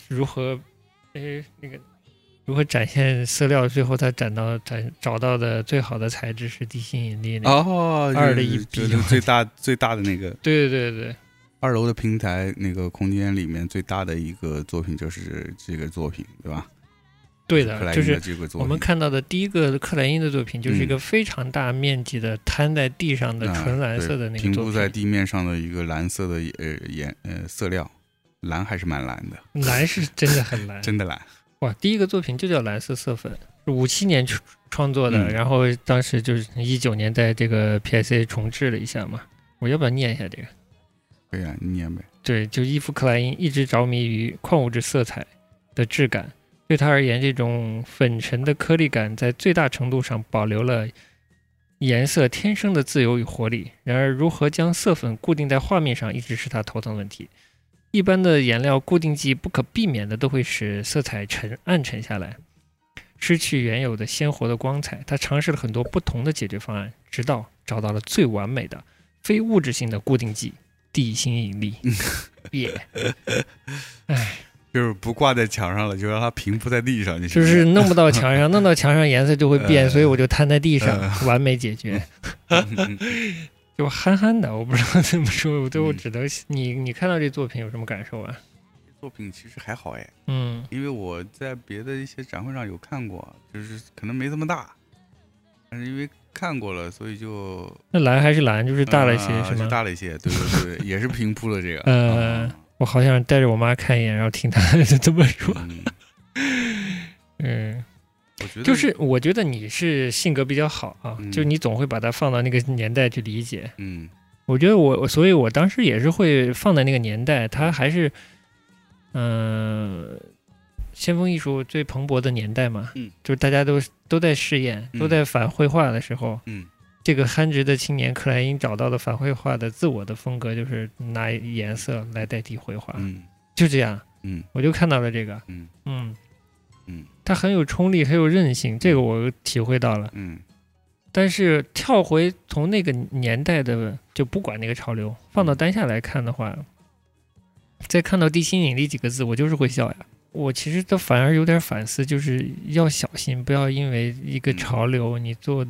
如何，呃，那个如何展现色料，最后他展到展找到的最好的材质是地心引力那个。哦，二就的是一比 就是最大最大的那个对对对对，二楼的平台那个空间里面最大的一个作品就是这个作品，对吧？对克莱的，因就是的这个作品，我们看到的第一个克莱因的作品，就是一嗯个非常大面积的摊在地上的啊纯蓝对色的那个平作铺在品。地面上的一个蓝色的呃颜呃色料，蓝还是蛮蓝的，蓝是真的很蓝，真的蓝。哇，第一个作品就叫《蓝色色粉》，是五七年创创作的，嗯然后当时就是一九年在这个 PSA 重制了一下嘛。我要不要念一下这个？可以啊，你念呗。对，就伊夫克莱因一直着迷于矿物质色彩的质感，对他而言，这种粉尘的颗粒感在最大程度上保留了颜色天生的自由与活力。然而，如何将色粉固定在画面上，一直是他头疼的问题。一般的颜料固定剂不可避免的都会使色彩沉暗沉下来，失去原有的鲜活的光彩。他尝试了很多不同的解决方案，直到找到了最完美的非物质性的固定剂——地心引力。耶！ 哎，就是不挂在墙上了，就让它平铺在地上，你就是弄不到墙上，弄到墙上颜色就会变，呃所以我就摊在地上，呃完美解决。就憨憨的，我不知道 怎么说，我对我嗯只能你你看到这作品有什么感受啊？ 作品其实还好哎，嗯，因为我在别的一些展会上有看过，就是可能没这么大，但是因为看过了，所以就那蓝还是蓝，就是大了一些，呃是就吗？大了一些，对对 对，也是平铺了这个。呃嗯我好想带着我妈看一眼，然后听她 这么说。嗯，嗯，我觉得 就是我觉得你是性格比较好啊，嗯就你总会把它放到那个年代去理解。嗯我觉得我，我所以我当时也是会放在那个年代，它还是，嗯、先锋艺术最蓬勃的年代嘛，嗯就是大家都都在试验，嗯都在反绘画的时候，嗯这个憨直的青年克莱因找到的反绘画的自我的风格，就是拿颜色来代替绘画，嗯就这样，嗯我就看到了这个，嗯嗯嗯，它很有冲力，很有韧性，这个我体会到了。嗯但是跳回从那个年代的，就不管那个潮流，放到当下来看的话，再看到“地心引力”几个字，我就是会笑呀。我其实都反而有点反思，就是要小心，不要因为一个嗯潮流你做，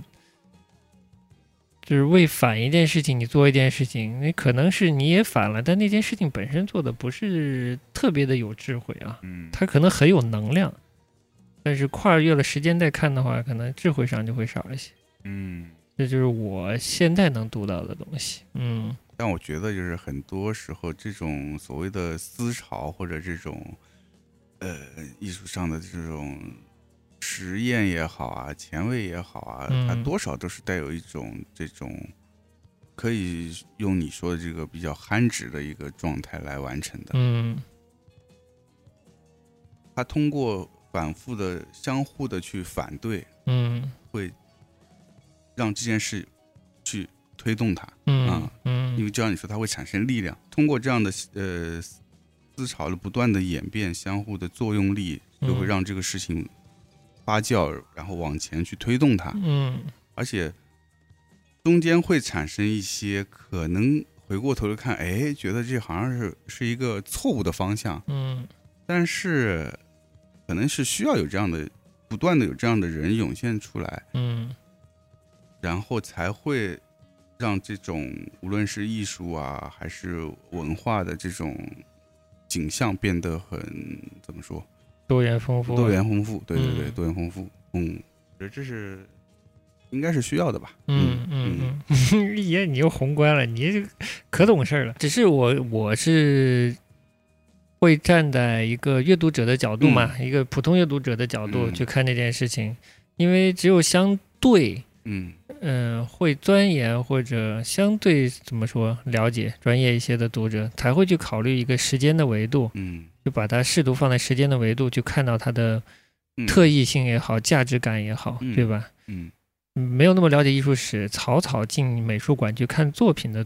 就是为反一件事情你做一件事情，那可能是你也反了，但那件事情本身做的不是特别的有智慧啊。嗯，他可能很有能量，但是跨越了时间再看的话，可能智慧上就会少一些。嗯，这就是我现在能读到的东西。嗯但我觉得就是很多时候这种所谓的思潮或者这种呃艺术上的这种实验也好啊，前卫也好啊，嗯它多少都是带有一种这种可以用你说的这个比较憨直的一个状态来完成的。嗯它通过反复的、相互的去反对，嗯会让这件事去推动它。嗯啊因嗯为就像你说，它会产生力量。通过这样的呃思潮的不断的演变，相互的作用力，嗯就会让这个事情发酵，然后往前去推动它，嗯而且中间会产生一些可能回过头来看，哎，觉得这好像是是一个错误的方向，嗯但是可能是需要有这样的不断的有这样的人涌现出来，嗯然后才会让这种无论是艺术啊还是文化的这种景象变得很怎么说多元丰富。多元丰富，对对对，嗯多元丰富，嗯，我觉得这是应该是需要的吧，嗯嗯嗯， 爷、你又宏观了，你这可懂事儿了。只是我我是会站在一个阅读者的角度嘛，一个普通阅读者的角度嗯去看这件事情，因为只有相对嗯嗯、会钻研或者相对怎么说了解专业一些的读者，才会去考虑一个时间的维度，嗯就把它试图放在时间的维度去看到它的嗯，特异性也好，价值感也好，嗯对吧？嗯没有那么了解艺术史，草草进美术馆去看作品的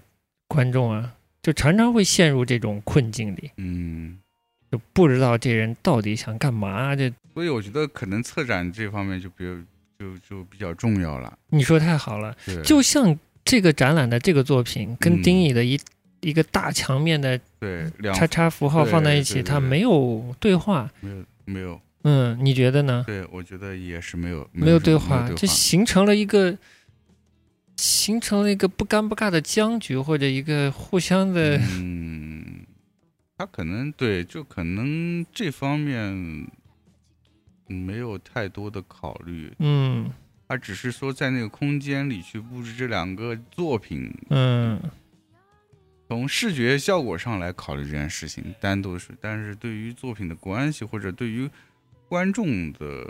观众啊，就常常会陷入这种困境里，嗯，就不知道这人到底想干嘛。这所以我觉得可能策展这方面就比较就就比较重要了，你说太好了，对，就像这个展览的这个作品跟嗯丁乙的一、一个大墙面的对两叉叉符号放在一对起，对对它没有对话。没有没有，嗯，你觉得呢？对我觉得也是没有没有对话，没有这形成了一个形成了一个不尴不尬的僵局，或者一个互相的。嗯，他可能对，就可能这方面嗯没有太多的考虑，嗯他只是说在那个空间里去布置这两个作品，嗯从视觉效果上来考虑这件事情，单独是，但是对于作品的关系或者对于观众的。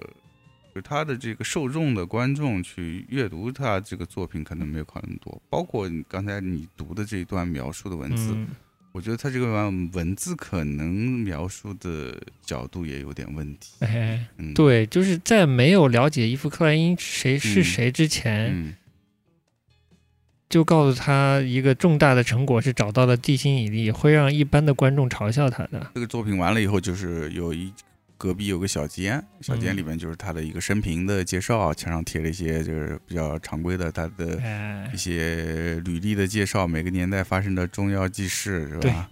就他的这个受众的观众去阅读他这个作品，可能没有考虑那么多。包括你刚才你读的这一段描述的文字，嗯我觉得他这个玩文字可能描述的角度也有点问题。哎，嗯，，对，就是在没有了解伊夫克莱因谁是嗯谁之前，嗯就告诉他一个重大的成果是找到了地心引力，会让一般的观众嘲笑他的。这个作品完了以后，就是有一隔壁有个小间，小嗯间里面就是他的一个生平的介绍，啊墙上贴了一些就是比较常规的他的哎一，些履历的介绍，每个年代发生的重要记事是对吧？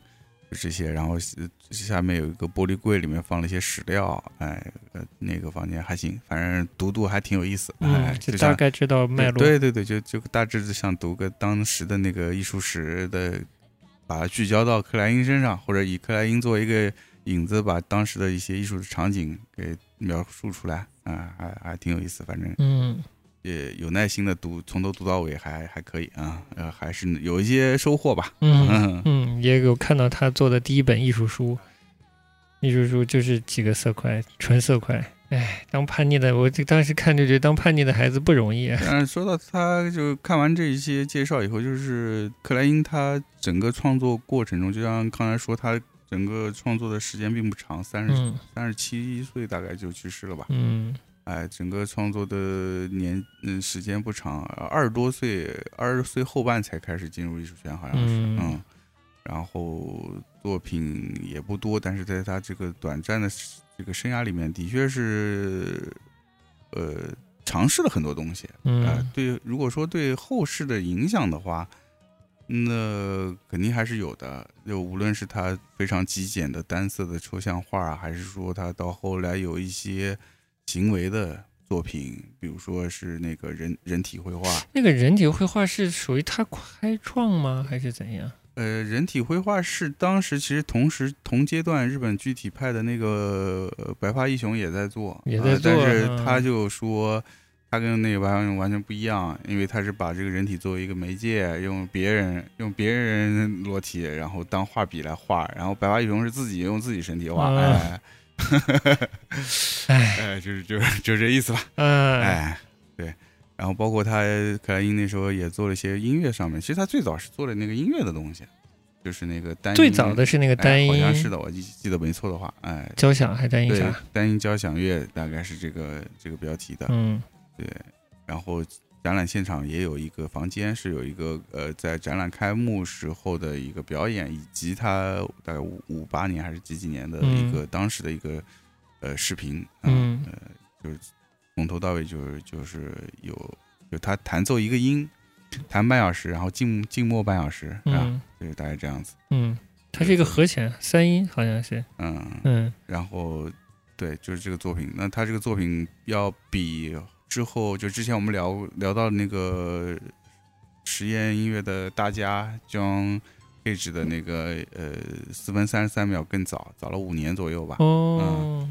就这些，然后呃下面有一个玻璃柜，里面放了一些史料，哎，呃，那个房间还行，反正读读还挺有意思，哎嗯，，就大像概知道脉络，对对对，就就大致就想读个当时的那个艺术史的，把它聚焦到克莱因身上，或者以克莱因作为一个引子，把当时的一些艺术场景给描述出来啊，还还挺有意思。反正嗯，也有耐心的读，从头读到尾还还可以啊，呃，还是有一些收获吧。嗯嗯，嗯，也有看到他做的第一本艺术书，艺术书就是几个色块，纯色块。哎，当叛逆的我这当时看就觉得当叛逆的孩子不容易。 啊但是说到他，就看完这一些介绍以后，就是克莱因他整个创作过程中，就像刚才说，他整个创作的时间并不长，三十嗯三十七岁大概就去世了吧。嗯哎，整个创作的年嗯时间不长，二十多岁，二十岁后半才开始进入艺术圈，好像是嗯嗯。然后作品也不多，但是在他这个短暂的时这个生涯里面，的确是呃尝试了很多东西。啊，嗯对，如果说对后世的影响的话，那肯定还是有的。就无论是他非常极简的单色的抽象画啊，还是说他到后来有一些行为的作品，比如说是那个人人体绘画。那个人体绘画是属于他开创吗？还是怎样？呃，人体绘画是当时其实同时同阶段日本具体派的那个呃白发义雄也在做，也呃在做但是嗯他就说。他跟那个白发义雄完全不一样，因为他是把这个人体作为一个媒介，用别人用别人裸体，然后当画笔来画，然后白发义雄是自己用自己身体画，啊哎，哎哎，就是就是就是这意思吧。哎哎，对，然后包括他克莱因那时候也做了一些音乐上面，其实他最早是做了那个音乐的东西，就是那个单音最早的是那个单哎，音好像是的，我记记得没错的话，哎，交响还是单音对啥？，单音交响乐大概是这个这个标题的，嗯对，然后。展览现场也有一个房间，是有一个呃，在展览开幕时候的一个表演，以及他大概五五八年还是几几年的一个、当时的一个呃视频，嗯呃，就是从头到尾就是就是有就他弹奏一个音，弹半小时，然后静静默半小时，啊，嗯就是大概这样子，嗯，它是一个和弦，三音好像是。嗯，嗯然后对，就是这个作品。那他这个作品要比之后就之前我们聊聊到那个实验音乐的大家 John Cage 的那个呃四分三十三秒更早，早了五年左右吧。哦，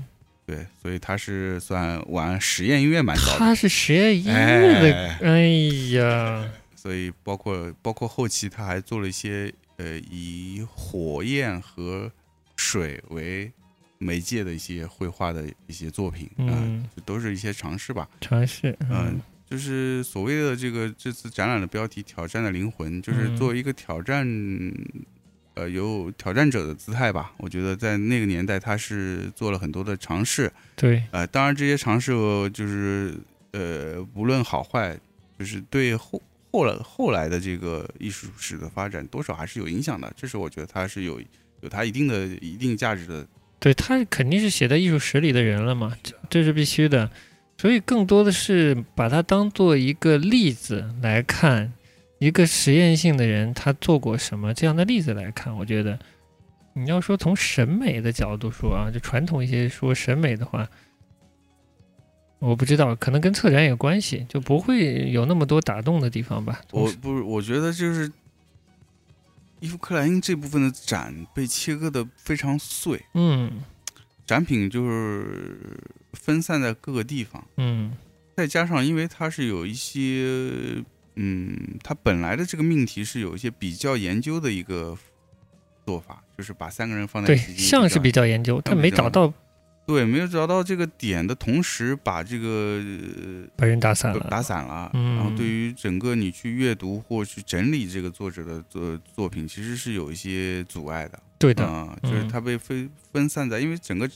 对，所以他是算玩实验音乐蛮早的。它是实验音乐的。哎哎呀，所以包括包括后期他还做了一些呃以火焰和水为媒介的一些绘画的一些作品，啊嗯，就都是一些尝试吧。尝试。嗯，就是所谓的这个这次展览的标题“挑战的灵魂”，就是嗯作为一个挑战，呃，有挑战者的姿态吧。我觉得在那个年代，他是做了很多的尝试，对，呃，当然这些尝试呃就是呃，无论好坏，就是对后后来后来的这个艺术史的发展，多少还是有影响的。这是我觉得它是有有它一定的一定价值的。对他肯定是写在艺术史里的人了嘛，这这是必须的。所以更多的是把它当做一个例子来看，一个实验性的人他做过什么这样的例子来看。我觉得你要说从审美的角度说啊，就传统一些说审美的话，我不知道，可能跟策展有关系，就不会有那么多打动的地方吧。我不是，我觉得就是伊夫克莱因这部分的展被切割的非常碎，嗯展品就是分散在各个地方。嗯再加上，因为它是有一些，嗯，它本来的这个命题是有一些比较研究的一个做法，就是把三个人放在对一起，进行像是比比较较研究，但没找到对，没有找到这个点的同时，把这个把人打散呃了。打散了。嗯然后对于整个你去阅读或去整理这个作者的作作品，其实是有一些阻碍的。对的，啊、就是嗯它被分分散在，因为整个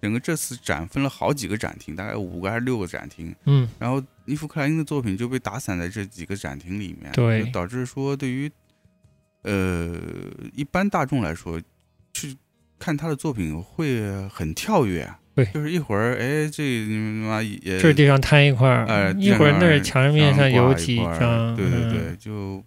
整个这次展分了好几个展厅，大概五个还是六个展厅。嗯然后伊夫克莱因的作品就被打散在这几个展厅里面，对就导致说对于呃一般大众来说，去看他的作品会很跳跃，啊对就是一会儿哎这你妈也这地上摊一块儿，哎一会儿那儿地墙面上有挂几一块儿张，对对嗯对，就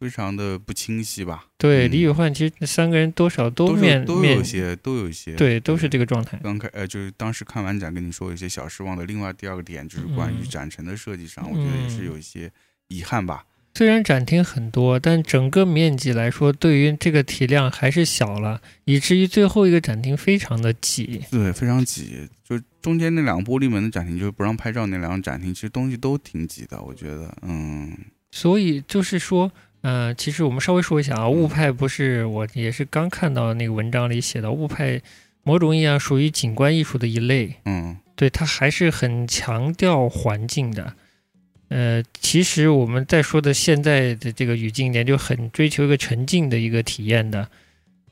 非常的不清晰吧，对，嗯李宇焕其实那三个人多少都都是面都有面一些都有一些对，都是这个状态。刚开呃，就是当时看完展，跟你说有些小失望的。另外第二个点就是关于嗯展陈的设计上，我觉得也是嗯有一些遗憾吧。虽然展厅很多，但整个面积来说，对于这个体量还是小了，以至于最后一个展厅非常的挤。对，非常挤，就中间那两个玻璃门的展厅，就是不让拍照那两个展厅，其实东西都挺挤的，我觉得，嗯，所以就是说，呃，其实我们稍微说一下嗯啊，雾派不是我也是刚看到那个文章里写的，雾派某种意义上属于景观艺术的一类，嗯，对，它还是很强调环境的。呃，其实我们在说的现在的这个语境里面，就很追求一个沉浸的一个体验的。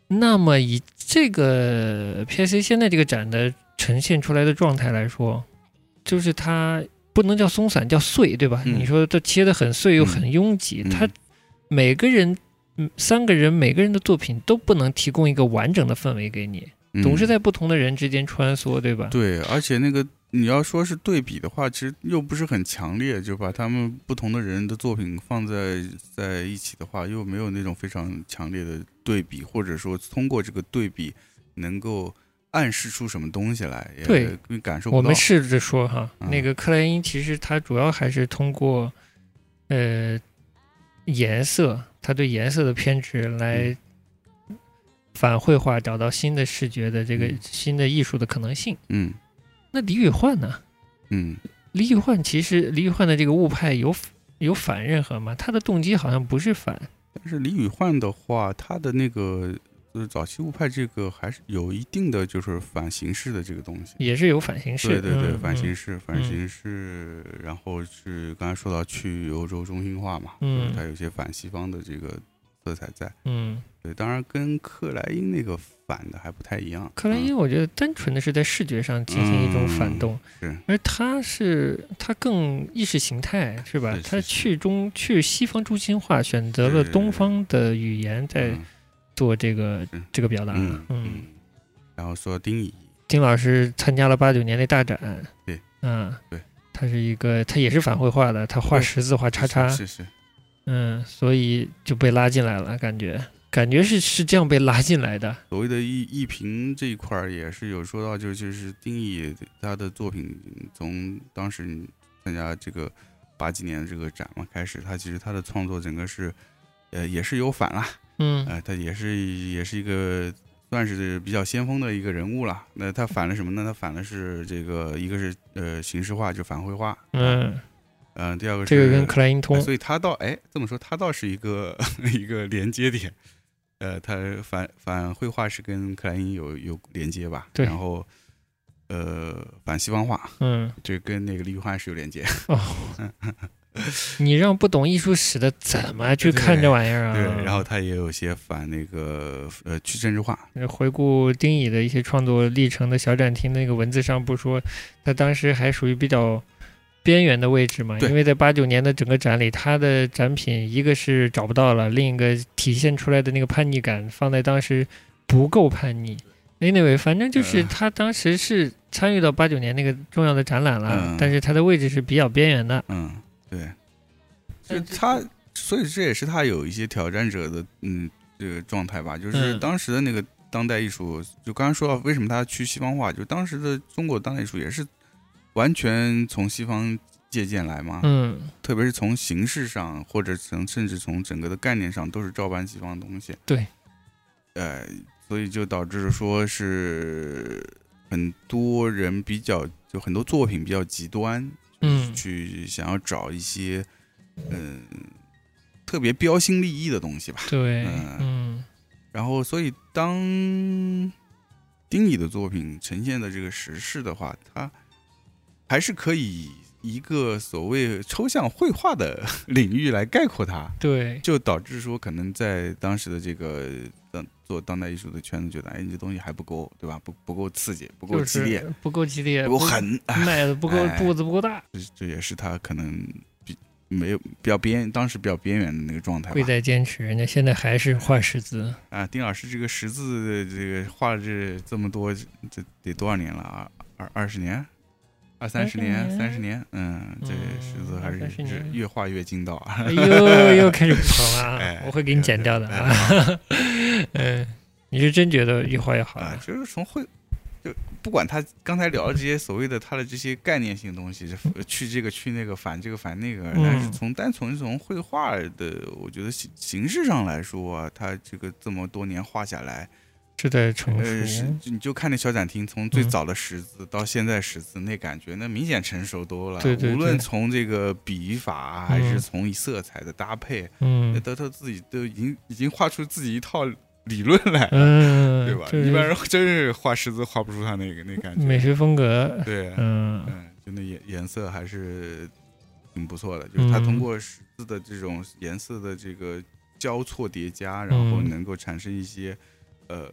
那么以这个 PSA 现在这个展的呈现出来的状态来说，就是它不能叫松散，叫碎，对吧？嗯你说它切得很碎又嗯很拥挤，嗯它每个人。嗯三个人每个人的作品都不能提供一个完整的氛围给你，嗯总是在不同的人之间穿梭，对吧？对，而且那个你要说是对比的话，其实又不是很强烈，就把他们不同的人的作品放在在一起的话，又没有那种非常强烈的对比，或者说通过这个对比能够暗示出什么东西来，也对感受不到。我们试着说哈，嗯那个克莱因其实它主要还是通过，呃，颜色，它对颜色的偏执来反绘画，找到新的视觉的这个嗯新的艺术的可能性。嗯那李宇焕呢？嗯李宇焕其实李宇焕的这个物派有有反任何吗？他的动机好像不是反，但是李宇焕的话，他的那个就是早期物派这个还是有一定的就是反形式的这个东西。也是有反形式。对对对，嗯反形。嗯式，反形式，然后是刚才说到去欧洲中心化嘛，嗯就是它有些反西方的这个色彩在。嗯，对，当然跟克莱因那个反的还不太一样。克莱嗯因我觉得单纯的是在视觉上进行一种反动，嗯是而他是他更意识形态是吧？是是他是去中去西方中心化，选择了是东方的语言在嗯做这个、是这个表达。嗯嗯，嗯，然后说丁乙，丁老师参加了八九年的大展，对，嗯，对，他是一个他也是反绘画的，他画对十字画叉叉，是是是，嗯，所以就被拉进来了，感觉感觉是是这样被拉进来的。所谓的艺艺评这一块儿也是有说到，就就是丁乙他的作品，从当时你参加这个八几年的这个展嘛开始，他其实他的创作整个是，呃，也是有反啦。嗯，呃，他也是也是一个算是比较先锋的一个人物了。那他反了什么呢？他反的是这个，一个是呃形式化，就反绘画，嗯，嗯、第二个是这个跟克莱因通呃，所以他倒哎这么说，他倒是一个 一个连接点。呃，他反反绘画是跟克莱因有有连接吧？对然后呃反西方画，嗯，这跟那个李玉焕是有连接。哦 你让不懂艺术史的怎么去看这玩意儿啊？对，然后他也有些反那个呃去政治化，回顾丁乙的一些创作历程的小展厅那个文字上不是说，他当时还属于比较边缘的位置嘛，对因为在八九年的整个展里，他的展品一个是找不到了，另一个体现出来的那个叛逆感放在当时不够叛逆。Anyway，反正就是嗯他当时是参与到八九年那个重要的展览了，嗯但是他的位置是比较边缘的。嗯，对，就但哎这他，所以这也是他有一些挑战者的嗯这个状态吧，就是嗯当时的那个当代艺术，就刚刚说到为什么他去西方化，就当时的中国当代艺术也是完全从西方借鉴来嘛，嗯，特别是从形式上，或者从甚至从整个的概念上，都是照搬西方的东西。对，呃，所以就导致说是很多人比较，就很多作品比较极端，嗯去想要找一些嗯、特别标新立异的东西吧。对，嗯嗯然后，所以当丁乙的作品呈现的这个时事的话，它还是可以以一个所谓抽象绘画的 领域来概括它，对，就导致说可能在当时的这个当做当代艺术的圈子，觉得哎，你这东西还不够，对吧？不不够刺激，不够就激烈，是不够激烈，不够狠，哎迈的不够哎步子不够大。这这也是他可能比没有比较边，当时比较边缘的那个状态贵吧。在坚持，人家现在还是画 十字，啊，丁老师这个识字的这个画了这这么多，这得多少年了啊？二二十年，二三十年， 20三十年，嗯，这嗯识字还是20是年越画越精到啊。哎呦，又开始不捧 了哎啊，我会给你剪掉的啊。 嗯，你是真觉得越画越好啊啊，？ 就是从会，就不管他刚才聊的这些所谓的他的这些概念性东西，就去这个去那个反这个反那个，嗯但是从单纯从绘画的，我觉得形形式上来说、啊，他这个这么多年画下来，是在成呃，是熟，你就看那小展厅，从最嗯早的识字到现在识字，那感觉那明显成熟多了。对对无论对从这个笔法还是嗯从色彩的搭配，那嗯都他自己都已经已经画出自己一套理论来了。嗯，对吧？就是一般人真是画十字画不出他那个那感觉。美学风格，对，嗯嗯，就那颜颜色还是挺不错的，就是他嗯通过十字的这种颜色的这个交错叠加，然后嗯能够产生一些，呃，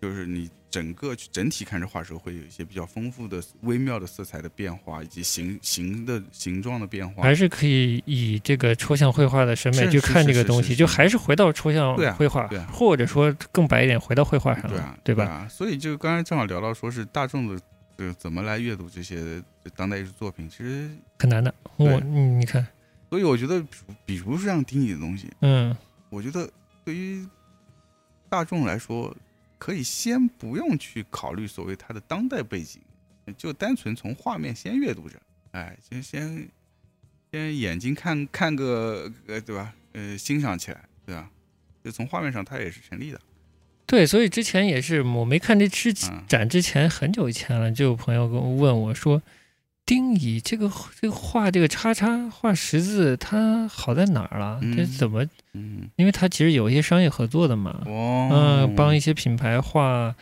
就是你整个整体看着画时候会有一些比较丰富的微妙的色彩的变化，以及形形的形状的变化还。是可以以这个抽象绘画的审美是去是看是这个是东是西，就是还是回到抽象对啊绘画对啊，或者说更白一点，回到绘画上对了啊，，对吧？啊？所以就刚才正好聊到，说是大众的，呃，怎么来阅读这些当代艺术作品，其实很难的，对我你你看，所以我觉得，比如说像丁你的东西，嗯我觉得对于大众来说，可以先不用去考虑所谓它的当代背景，就单纯从画面先阅读着，哎，先先先眼睛看看个呃，对吧？呃，欣赏起来，对吧？就从画面上，它也是成立的。对，所以之前也是我没看这之嗯展之前很久以前了，就有朋友跟我问我说：“丁乙这个这个画这个叉叉画十字，它好在哪儿了？这嗯怎么？嗯，因为它其实有一些商业合作的嘛，哦，嗯、帮一些品牌画，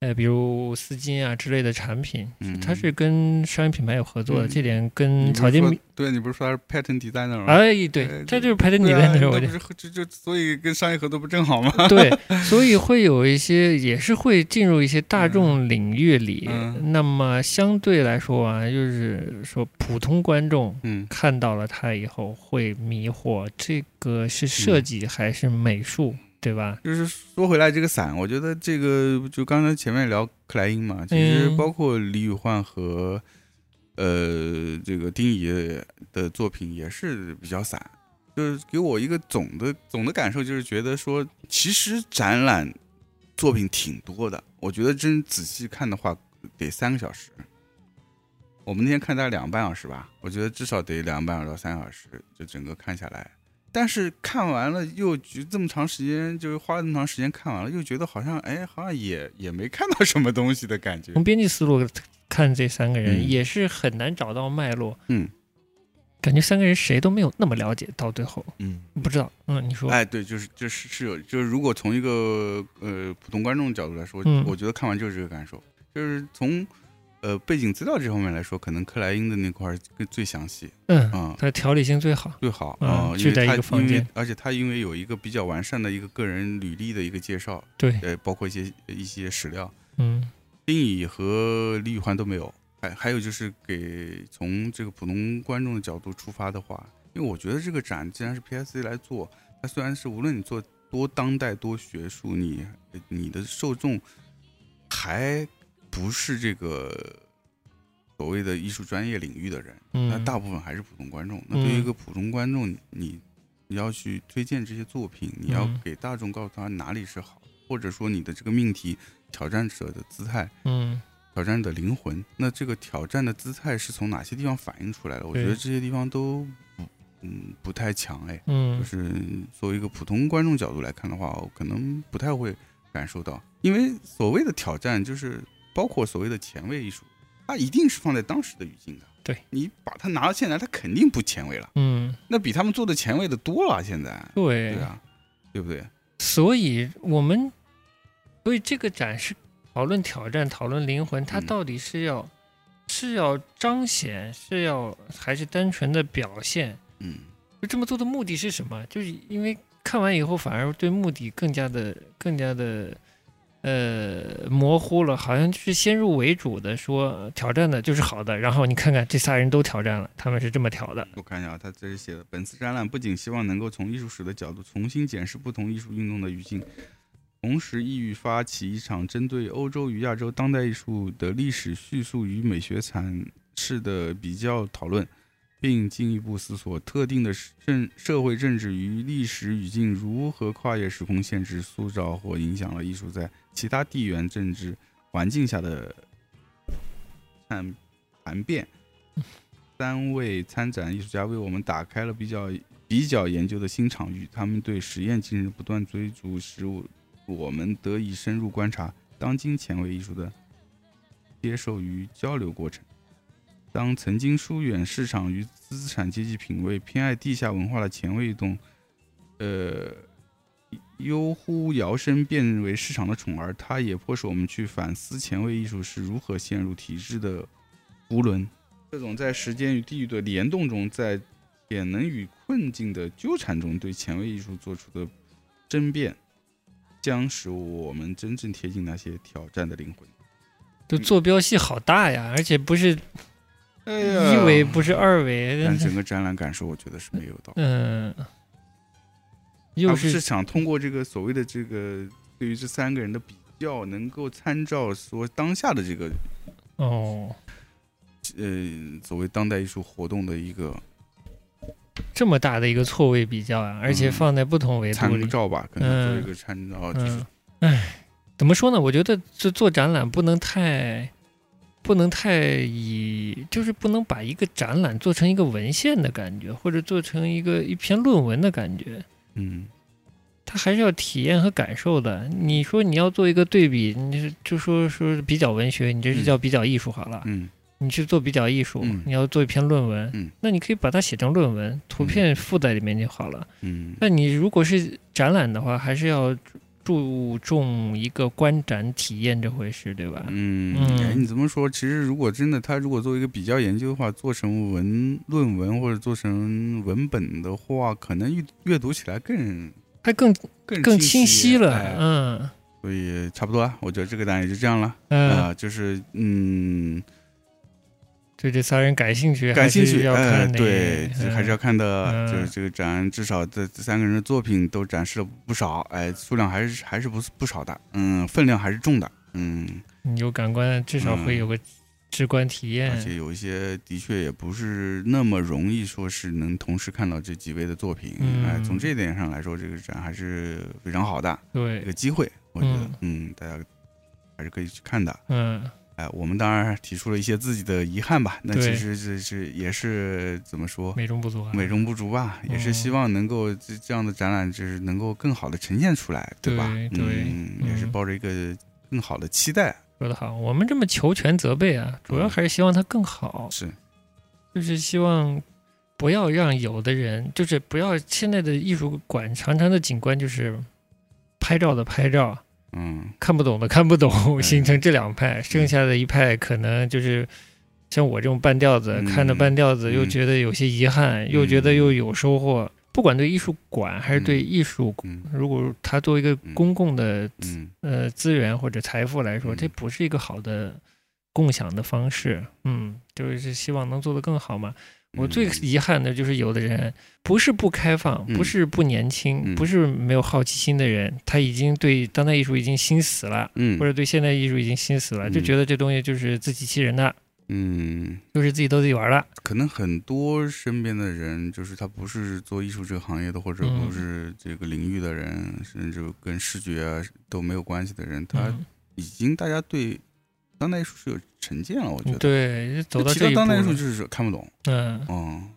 呃，比如丝巾啊之类的产品，嗯它是跟商业品牌有合作的，嗯这点你跟不草是间说弥对你不是说他是 pattern designer 吗？哎，呃对，它这就是排在你对啊那那儿，我觉得不是这这，所以跟商业合作不正好吗？ 对，所以会有一些，也是会进入一些大众领域里。嗯那么相对来说啊，就是说普通观众嗯看到了它以后会迷惑，这个嗯是设计还是美术，对吧？就是说回来这个伞，我觉得这个就刚才前面聊克莱因嘛，其实包括李宇焕和、呃这个丁仪的作品也是比较散，就是给我一个总的总的感受就是觉得说，其实展览作品挺多的，我觉得真仔细看的话得三个小时。我们那天看大概两个半小时吧，我觉得至少得两个半小时到三个小时，就整个看下来。但是看完了又觉这么长时间，就是花了那么长时间看完了，又觉得好像哎，好像也也没看到什么东西的感觉。从编辑思路看，这三个人、嗯也是很难找到脉络。嗯，感觉三个人谁都没有那么了解，到最后嗯，不知道。嗯，你说，哎，对，就是就是是有，就是如果从一个呃普通观众角度来说，嗯我觉得看完就是这个感受，就是从呃背景资料这方面来说，可能克莱因的那块儿更最详细嗯，啊、它条理性最好。最好嗯啊，聚因在为一他个房因为间而且他因为有一个比较完善的一个个人履历的一个介绍，对，呃，包括一些一些史料，嗯丁乙和李宇欢都没有。还还有就是给从这个普通观众的角度出发的话，因为我觉得这个展既然是 PSC 来做，它虽然是无论你做多当代多学术，你呃你的受众还不是这个所谓的艺术专业领域的人，嗯，那大部分还是普通观众。那对于一个普通观众，你你你要去推荐这些作品，你要嗯给大众告诉他哪里是好，或者说你的这个命题挑战者的姿态。嗯挑战的灵魂，那这个挑战的姿态是从哪些地方反映出来的？我觉得对这些地方都不，嗯，不太强哎。就嗯是作为一个普通观众角度来看的话，我可能不太会感受到，因为所谓的挑战，就是包括所谓的前卫艺术，它一定是放在当时的语境的。对你把它拿到现在，它肯定不前卫了，嗯，那比他们做的前卫的多了。现在，对对啊，对不对？所以我们，所以这个展是讨论挑战、讨论灵魂，它嗯到底是要、是要彰显，是要还是单纯的表现？嗯，就这么做的目的是什么？就是因为看完以后，反而对目的更加的、更加的呃模糊了，好像就是先入为主的说挑战的就是好的，然后你看看这仨人都挑战了，他们是这么挑的。我看一下啊，他这是写的，本次展览不仅希望能够从艺术史的角度重新检视不同艺术运动的语境，同时意欲发起一场针对欧洲与亚洲当代艺术的历史叙述与美学阐释的比较讨论，并进一步思索特定的政社会政治与历史语境如何跨越时空限制，塑造或影响了艺术在其他地缘政治环境下的谈谈辩。三位参展艺术家为我们打开了比较比较研究的新场域，他们对实验精神不断追逐，使我我们得以深入观察当今前卫艺术的接受与交流过程。当曾经疏远市场与资产阶级品味、偏爱地下文化的前卫运动，呃，悠忽摇身变为市场的宠儿，它也迫使我们去反思前卫艺术是如何陷入体制的无轮。这种在时间与地域的联动中，在潜能与困境的纠缠中，对前卫艺术做出的争辩，将使我们真正贴近那些挑战的灵魂。就坐标系好大呀，而且不是哎一维，不是二维，但整个展览感受，我觉得是没有到。嗯，他 又不是想通过这个所谓的这个对于这三个人的比较，能够参照说当下的这个哦，呃所谓当代艺术活动的一个这么大的一个错位比较啊，而且嗯放在不同维度参里，照吧，可能做嗯一个参照，就是嗯，哎，怎么说呢？我觉得这做展览不能太，不能太以，就是不能把一个展览做成一个文献的感觉，或者做成一个一篇论文的感觉。嗯它还是要体验和感受的。你说你要做一个对比，你是就说说比较文学，你这是叫比较艺术好了。嗯你去做比较艺术，嗯你要做一篇论文，嗯那你可以把它写成论文，图片附在里面就好了。嗯那你如果是展览的话，还是要注重一个观展体验这回事，对吧？嗯，嗯哎，你怎么说？其实如果真的他如果做一个比较研究的话，做成文论文或者做成文本的话，可能阅阅读起来更它更更更清清晰了，哎嗯所以差不多啊，我觉得这个档也就这样了啊、嗯，就是嗯，对这仨人感兴趣，感兴趣，要呃看，哪对，这还是要看的，嗯就是这个展，至少这这三个人的作品都展示了不少，哎，数量还是还是不不少的，嗯，分量还是重的，嗯，你有感官，至少会有个直观体验而。且有一些的确也不是那么容易说是能同时看到这几位的作品，嗯哎，从这一点上来说，这个展还是非常好的一对个，机会，我觉得，嗯，大家还是可以去看的。嗯，哎，我们当然提出了一些自己的遗憾吧，那对其实这是也是怎么说，美中不足啊。美中不足吧，也是嗯希望能够这这样的展览就是能够更好的呈现出来，对吧？对嗯，也是嗯抱着一个更好的期待，说得好，我们这么求全责备啊，主要还是希望它更好。嗯是，就是希望不要让有的人，就是不要现在的艺术馆常常的景观就是拍照的拍照，嗯看不懂的看 不哎懂，形成这两派，剩下的一派可能就是。像我这种半吊子，嗯看着半吊子，又嗯觉得有些遗憾，又觉得又有收获。不管对艺术馆还是对艺术，嗯如果它作为一个嗯公共的嗯，呃资源或者财富来说，嗯这不是一个好的共享的方式。嗯，就是希望能做得更好嘛。我最嗯遗憾的就是有的人不是不开放，嗯不是不年轻，嗯不是没有好奇心的人，他已经对当代艺术已经心死了，嗯或者对现代艺术已经心死了，嗯就觉得这东西就是自欺欺人的，嗯，就是自己逗自己玩的。可能很多身边的人就是他不是做艺术这个行业的，或者嗯不是这个领域的人，甚至跟视觉啊都没有关系的人，他嗯，已经大家对当代艺术是有成见了，我觉得。嗯对，走到提这到一步当代艺术了，就是看不懂。嗯，嗯，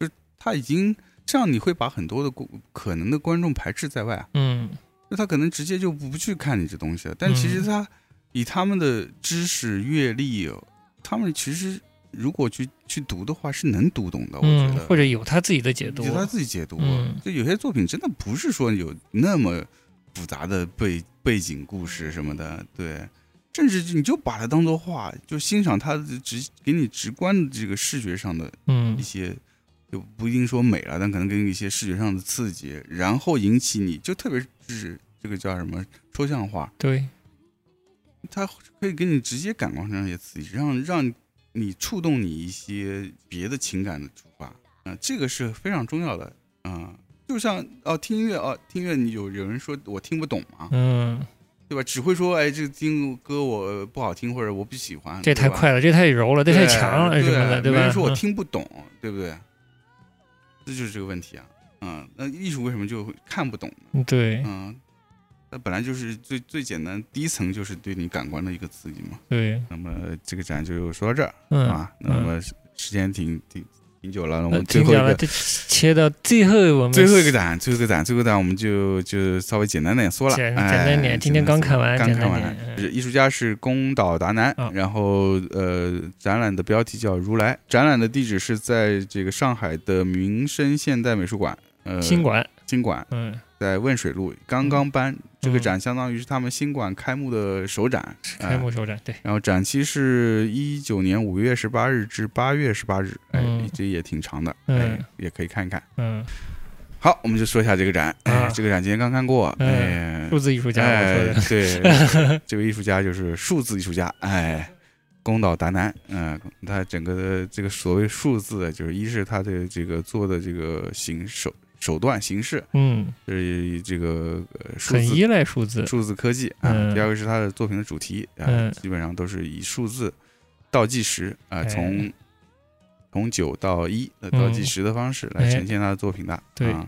就是他已经这样，你会把很多的观可能的观众排斥在外啊，嗯，就他可能直接就不去看你这东西了。但其实嗯他以他们的知识阅历，他们其实如果去去读的话，是能读懂的。我觉嗯，得，或者有他自己的解读就，他自己解读嗯，就有些作品真的不是说有那么复杂的背背景故事什么的，对。甚至你就把它当做画，就欣赏它的直给你直观的这个视觉上的嗯一些，就不一定说美了，但可能给你一些视觉上的刺激，然后引起你就特别是这个叫什么抽象化，对，它可以给你直接感官上一些刺激，让让你触动你一些别的情感的触发，嗯、这个是非常重要的，啊、就像哦听音乐哦听音乐，你有有人说我听不懂嘛，嗯，对吧？只会说哎这个听歌我呃不好听或者我不喜欢，这嗯对太吧快了，这太柔了，这对太强了对什么的，没吧？人说我嗯听不懂，对不对？这就是这个问题啊。嗯，那艺术为什么就会看不懂呢？对嗯，那本来就是最最简单第一层就是对你感官的一个刺激嘛。对，那么这个展就说到这儿、嗯啊。那嗯么时时间挺挺挺久了，那我呃们最听后一讲了，个这切到最后我们最后一个展，最后一个展，最后一个展，我们就就稍微简单点说了，简哎简单点今天刚看完刚简看单完点。嗯就是艺术家是宫岛达男啊，然后呃，展览的标题叫《如来》，展览的地址是在这个上海的民生现代美术馆，呃，新馆，新馆嗯，在汶水路刚刚搬，这个嗯展相当于是他们新馆开幕的首展，开哎幕首展，对，然后展期是一九年五月十八日至八月十八日，哎嗯，这也挺长的，嗯哎，也可以看一看。嗯，好，我们就说一下这个展，哎啊，这个展今天刚看过，嗯哎，数字艺术家，我说哎的，， 对，这位艺术家就是数字艺术家，哎，宫岛达男，嗯、他整个的这个所谓数字，就是一是他的这个做的这个形手手段形式，嗯，是这个、呃、数很字依赖数字，数字科技啊、嗯第二个是他的作品的主题啊、嗯基本上都是以数字倒计时啊、哎从从九到一的倒计嗯时的方式来呈现他的作品的，对啊，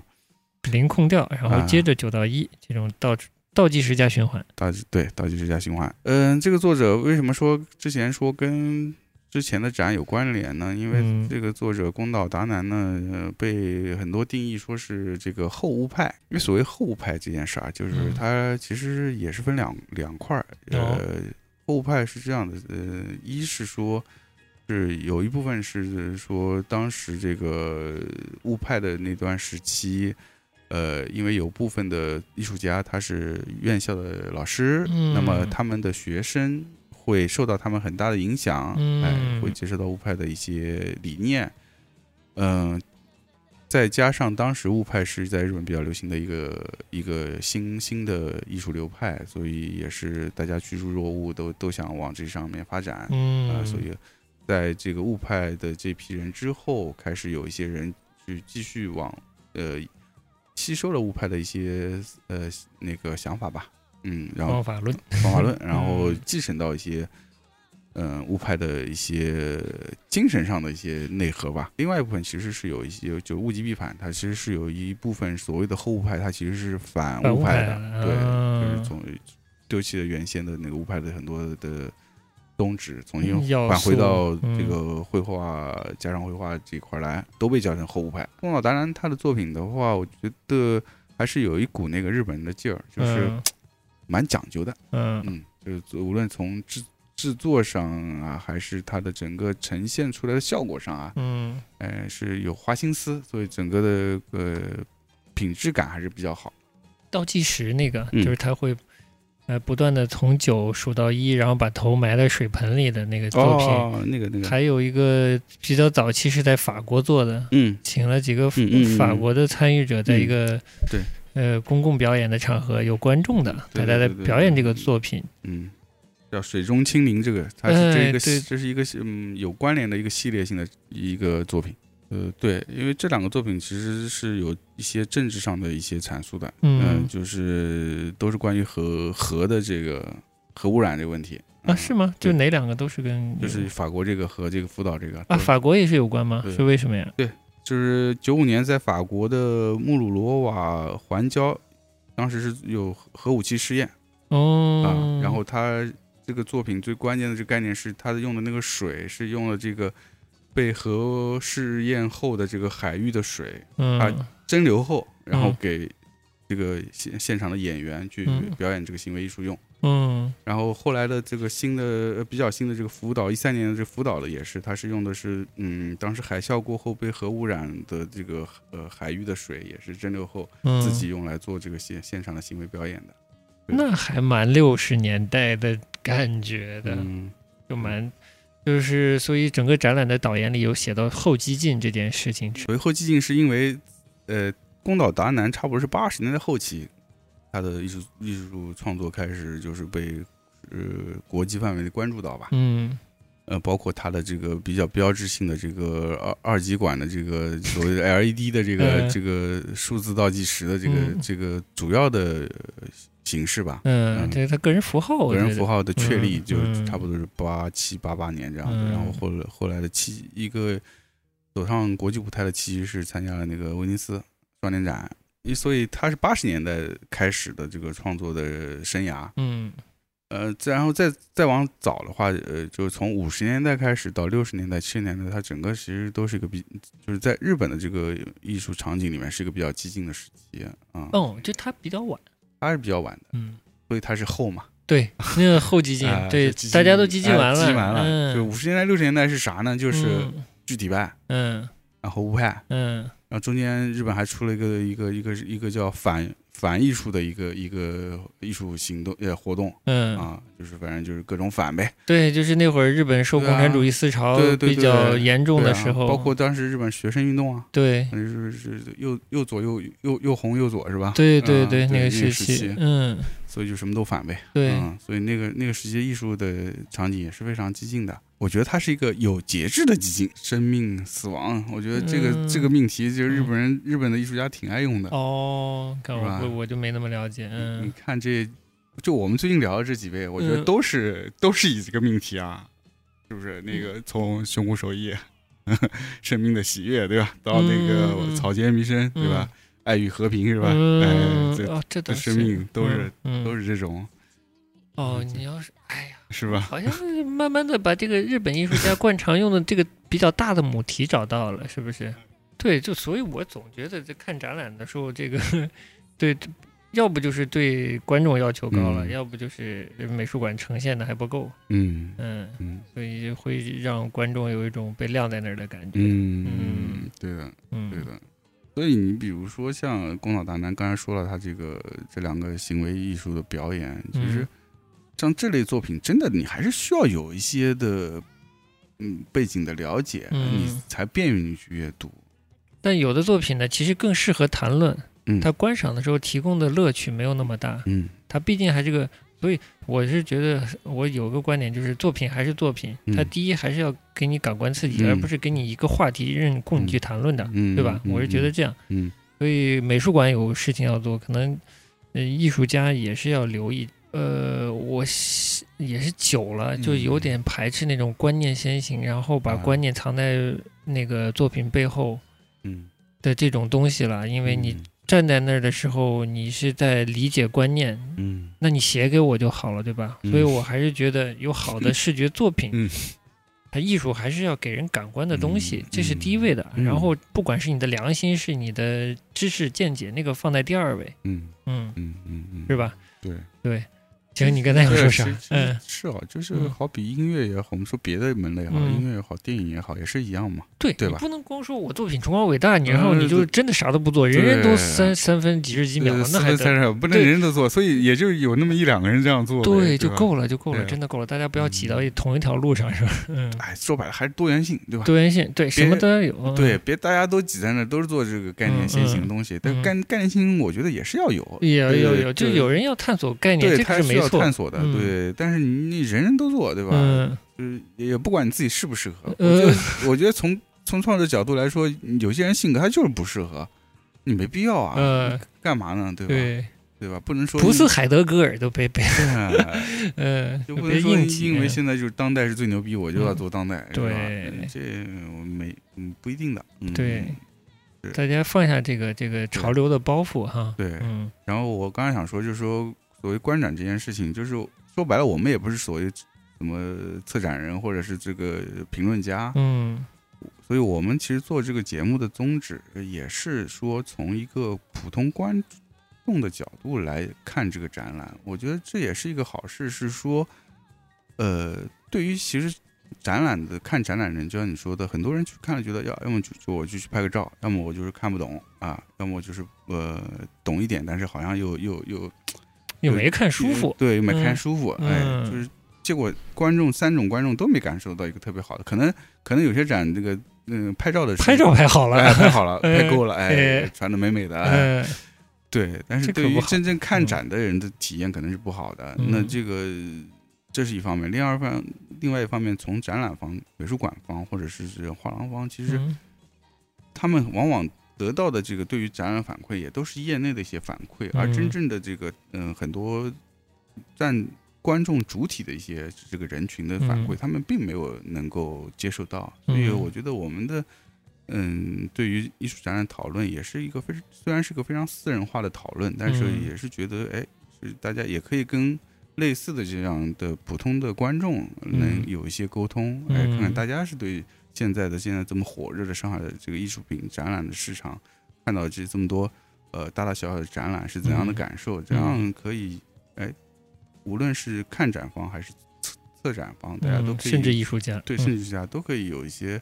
零空掉，然后啊接着九到一这种倒倒计时加循环，倒计对倒计时加循环。嗯，这个作者为什么说之前说跟之前的展有关联呢？因为嗯这个作者宫岛达男呢、呃被很多定义说是这个后物派。因为所谓后物派这件事儿，啊就是嗯它其实也是分两两块儿。哦呃，后物派是这样的，呃，一是说。是有一部分是说，当时这个物派的那段时期，呃，因为有部分的艺术家他是院校的老师，嗯那么他们的学生会受到他们很大的影响，嗯哎，会接受到物派的一些理念，嗯、再加上当时物派是在日本比较流行的一个一个新兴的艺术流派，所以也是大家趋之若鹜，都都想往这上面发展，啊，嗯，所以在这个物派的这批人之后，开始有一些人去继续往呃吸收了物派的一些呃那个想法吧，嗯，然后方法论，方 法论，然后嗯继承到一些。嗯，物派的一些精神上的一些内核吧。另外一部分其实是有一些，就物极必反，它其实是有一部分所谓的后物派，它其实是反反物物派派的，的对，就是啊从丢弃了原先的那个物派的很多的宗旨，重新要返回素到这嗯个绘画、家常绘画这一块儿来，都被叫成后物派。宫岛达然他的作品的话，我觉得还是有一股那个日本人的劲儿，就是嗯蛮讲究的。嗯嗯，就是无论从制制作上啊，还是它的整个呈现出来的效果上啊，嗯呃，是有花心思，所以整个的呃品质感还是比较好。倒计时那个，嗯就是他会。呃，不断的从九数到一，然后把头埋在水盆里的那个作品，哦，那个那个，还有一个比较早期是在法国做的，嗯，请了几个嗯嗯嗯嗯法国的参与者，在一个对呃公共表演的场合，有观众的，对大对家在对对表演这个作品。嗯，叫水中清灵，这个它是这一个哎对系，这是一个系嗯有关联的一个系列性的一个作品。呃，对，因为这两个作品其实是有一些政治上的一些阐述的，嗯，嗯就是都是关于核核的这个核污染这个问题嗯啊，是吗？对就哪两个都是跟就是法国这个和这个福岛这个嗯啊，都是法国也是有关吗？对是为什么呀？就是九五年在法国的穆鲁罗瓦环礁，当时是有核核武器试验，哦啊，，然后他这个作品最关键的这个概念是，他用的那个水是用了这个被核试验后的这个海域的水嗯啊蒸馏后，然后嗯给这个现现场的演员去嗯表演这个行为艺术用。嗯然后后来的这个新的呃比较新的这个福岛，一三年的这个福岛的也是，它是用的是嗯，当时海啸过后被核污染的这个呃海域的水，也是蒸馏后嗯，自己用来做这个现现场的行为表演的。那还蛮六十年代的感觉的，嗯，就蛮。就是，所以整个展览的导言里有写到后激进这件事情，所谓后寂静，是因为，呃，宫岛达男差不多是八十年代后期，他的艺术艺术创作开始就是被呃国际范围的关注到吧。嗯，呃，包括它的这个比较标志性的这个二二极管的这个所谓的 LED 的这个、嗯这个数字倒计时的这个、嗯这个主要的形式吧。嗯，嗯对他个人符号，我个觉人得符号的确立嗯就嗯差不多是八七八八年这样的，嗯然后后来后来的七一个走上国际舞台的契机是参加了那个威尼斯双年展，所以他是八十年代开始的这个创作的生涯，嗯呃，再然后再再往早的话，呃，就是从五十年代开始到六十年代、七十年代，它整个其实都是一个比，就是在日本的这个艺术场景里面是一个比较激进的时期啊，哦，就他比较晚，它是比较晚的，嗯，所以它是后嘛，对，那个后激进啊，对就激，进大家都激进哎完激了，进完了。就嗯，五十年代、六十年代是啥呢？就是嗯具体派，嗯然后乌派，嗯然后中间日本还出了一个一个一个一个叫反反艺术的一个一个艺术行动呃活动嗯，啊，就是反正就是各种反呗。对，就是那会儿日本受共对啊产主义思潮对对比对较严重对的啊时候，包括当时日本学生运动啊，对反正就是是右右左右右右红右左是吧？嗯对啊对对对那那个时时期，嗯，所以就什么都反呗。对，嗯，所以那个那个时期艺术的场景也是非常激进的。我觉得它是一个有节制的激进，生命、死亡，我觉得这个、嗯这个命题，就是日本人、日本的艺术家挺爱用的。哦，看是吧我我我就没那么了解，你你嗯看这，就我们最近聊的这几位，我觉得嗯都是、都是以这个命题啊，是不是？那个从《熊谷守夜》 生命的喜悦，对吧？到那个嗯嗯嗯《草间弥生》，对吧？爱与和平，是吧？嗯哎，，这哦，这倒生是命都是、嗯都嗯是嗯这种，哦，你要是哎呀。是吧？好像是慢慢的把这个日本艺术家惯常用的这个比较大的母题找到了，是不是？对，就所以，我总觉得在看展览的时候，这个对，要不就是对观众要求高了，嗯要不就是美术馆呈现的还不够，嗯嗯，嗯。所以会让观众有一种被晾在那儿的感觉，嗯，对的，嗯，对的。所以你比如说像宫岛达男，刚才说了他这个这两个行为艺术的表演，其实嗯像这类作品，真的你还是需要有一些的嗯背景的了解，嗯你才便于你去阅读。但有的作品呢，其实更适合谈论，嗯它观赏的时候提供的乐趣没有那么大，嗯它毕竟还是个，所以我是觉得我有个观点就是，作品还是作品，嗯它第一还是要给你感官刺激，嗯而不是给你一个话题任供你去谈论的，嗯，对吧？嗯我是觉得，这样，嗯所以美术馆有事情要做，可能呃艺术家也是要留意。呃，我是也是久了，嗯就有点排斥那种观念先行，然后把啊观念藏在那个作品背后嗯，的这种东西了，因因为你站在那儿的时候，你是在理解观念，嗯那你写给我就好了，对吧？嗯所以我还是觉得有好的视觉作品，嗯它艺术还是要给人感官的东西，嗯这是第一位的。嗯然后不管是你的良心，是你的知识见解，那个放在第二位，嗯嗯，嗯嗯嗯，是？吧？对，对。行，你刚才要说啥对其？实嗯，是哦，就是嗯好比音乐也好，我们说别的门类也好，嗯音乐也好，电影也好，也是一样嘛。对，对你吧不能光说我作品崇高伟大，你嗯然后你就对真的啥都不做，人对人都三三分几十几秒呃，那四还分得三十秒不能对人人都做，所以也就有那么一两个人这样做呗，对就吧。够了，就够了，对啊真的够了。大家不要嗯挤到一同一条路 上，是吧？嗯，哎，说白了还是多元性，对吧？多元性，对，什么都要有。嗯对，别大家都挤在那儿，都是做这个概念先行的东西，但是嗯概概念先行，我觉得也是要有，有对有对有，就对有人要探索概念，对，这它个是是需没要错探。啊索的，嗯对。但是你人人都做，对吧？嗯，就是也不管你自己适不适合，我觉呃得，我觉得从从创作角度来说，有些人性格他就是不适合，你没必要啊呃，干嘛呢？对吧？对，对吧？不能说不是因海德格尔都 别别，哎 嗯，就不别能说硬挤。因为现在就是当代是最牛逼，我就要嗯做当代，是吧？嗯对这我没嗯不一定的，嗯、对大家放下这个这个潮流的包袱哈。对。嗯然后我刚才想说，就是说所谓观展这件事情，就是说白了，我们也不是所谓什么策展人或者是这个评论家，嗯所以我们其实做这个节目的宗旨呃也是说从一个普通观众的角度来看这个展览，我觉得这也是一个好事，是说，呃，对于其实展览的看展览人，就像你说的，很多人去看了觉得要，要么就就我就去拍个照，要么我就是看不懂啊，要么我就是呃懂一点，但是好像又又又又没看舒服。对，又没嗯看舒服，哎，嗯就是结果观众三种观众都没感受到一个特别好的，可能可能有些展这个嗯、拍照的时候拍照拍好哎，拍了，好了，哎拍够了，哎哎，穿的美美的，哎， 嗯对。但是这可对不于好真正看展的人的体验可能是不好的。嗯那这个这是一方面。另二方，另外一方面，从展览方、美术馆方或者是这画廊方，其实嗯他们往往得到的这个对于展览反馈，也都是业内的一些反馈，而真嗯正的这个嗯、很多占观众主体的一些这个人群的反馈，嗯他们并没有能够接受到，所以嗯我觉得我们的。嗯，对于艺术展览讨论也是一个非虽然是个非常私人化的讨论，但是嗯也是觉得哎，是大家也可以跟类似的这样的普通的观众能嗯有一些沟通，嗯哎，看看大家是对现在的现在这么火热的上海的这个艺术品展览的市场，看到这这么多呃大大小小的展览是怎样的嗯感受，这样可以哎，无论是看展方还是策策展方，大家都嗯可以、甚至艺术家，对，嗯甚至是大家都可以有一些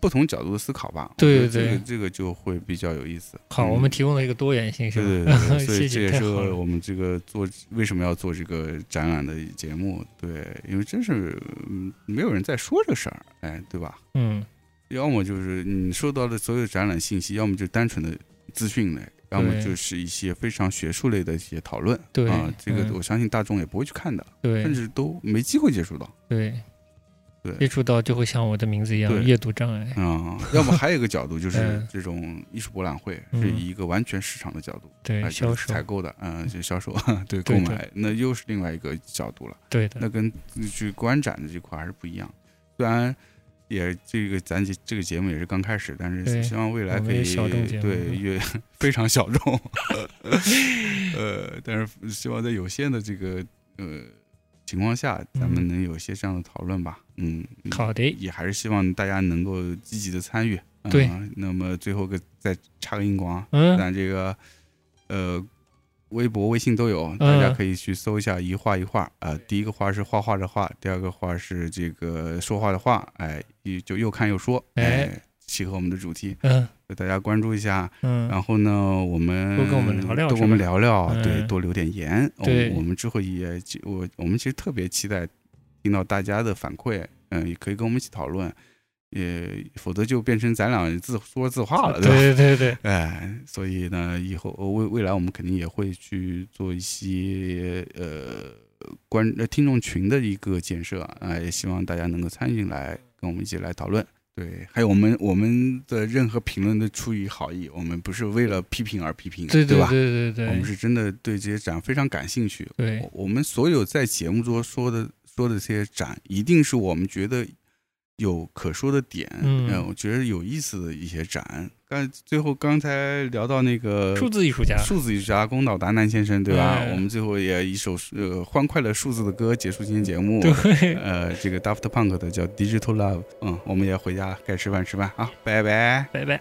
不同角度的思考吧。对我觉得对这个这个就会比较有意思。好，嗯我们提供了一个多元性，是对吧？对对， 对所谢以谢这也太是好了我们这个做为什么要做这个展览的节目，对，因为真是嗯没有人在说这个事儿，哎，对吧？嗯，要么就是你收到的所有展览信息，要么就单纯的资讯类，要么对就是一些非常学术类的一些讨论。对啊，这个嗯我相信大众也不会去看的，甚对至都没机会接触到。对对接触到就会像我的名字一样对阅读障碍，啊、要么还有一个角度就是嗯这种艺术博览会嗯是以一个完全市场的角度对来销售哎采，购的，嗯，就销售 对购对买，那又是另外一个角度了。对的，那跟去观展的这块还是不一样。虽然也这个咱这这个节目也是刚开始，但是对希望未来我可们以也小众节目对越 非常小众，呃，但是希望在有限的这个呃情况下，咱们嗯能有一些这样的讨论吧。嗯，嗯好的，也还是希望大家能够积极的参与。嗯对那么最后个再插个硬广啊，嗯，咱这个呃，微博、微信都有，大嗯家可以去搜一下“一画一画”啊、第一个画是画画的画，第二个画是这个说话的话，哎，一就又看又说，哎哎，契合我们的主题，嗯大家关注一下。嗯，然后呢，我们多跟我们聊多聊跟是我们吧聊聊，对，嗯多留点言。我对我们之后也，我我们其实特别期待听到大家的反馈，嗯，也可以跟我们一起讨论，也否则就变成咱俩自说自话了，吧？对对对，哎，所以呢，以后呃未未来我们肯定也会去做一些呃观呃听众群的一个建设啊、哎也希望大家能够参与进来，跟我们一起来讨论。对，还有我们我们的任何评论都出于好意，我们不是为了批评而批评，对吧？对对我们对是真的对这些展非常感兴趣。对，我我们所有在节目中说的说的这些展，一定是我们觉得有可说的点，嗯呃我觉得有意思的一些展。刚最后刚才聊到那个数字艺术家，数字艺术家宫岛达南先生，对吧？嗯我们最后也一首呃欢快的数字的歌结束今天节目。对， 呃，这个 Daft Punk 的叫 Digital Love，嗯，我们也回家该吃饭吃饭啊，拜拜。拜拜。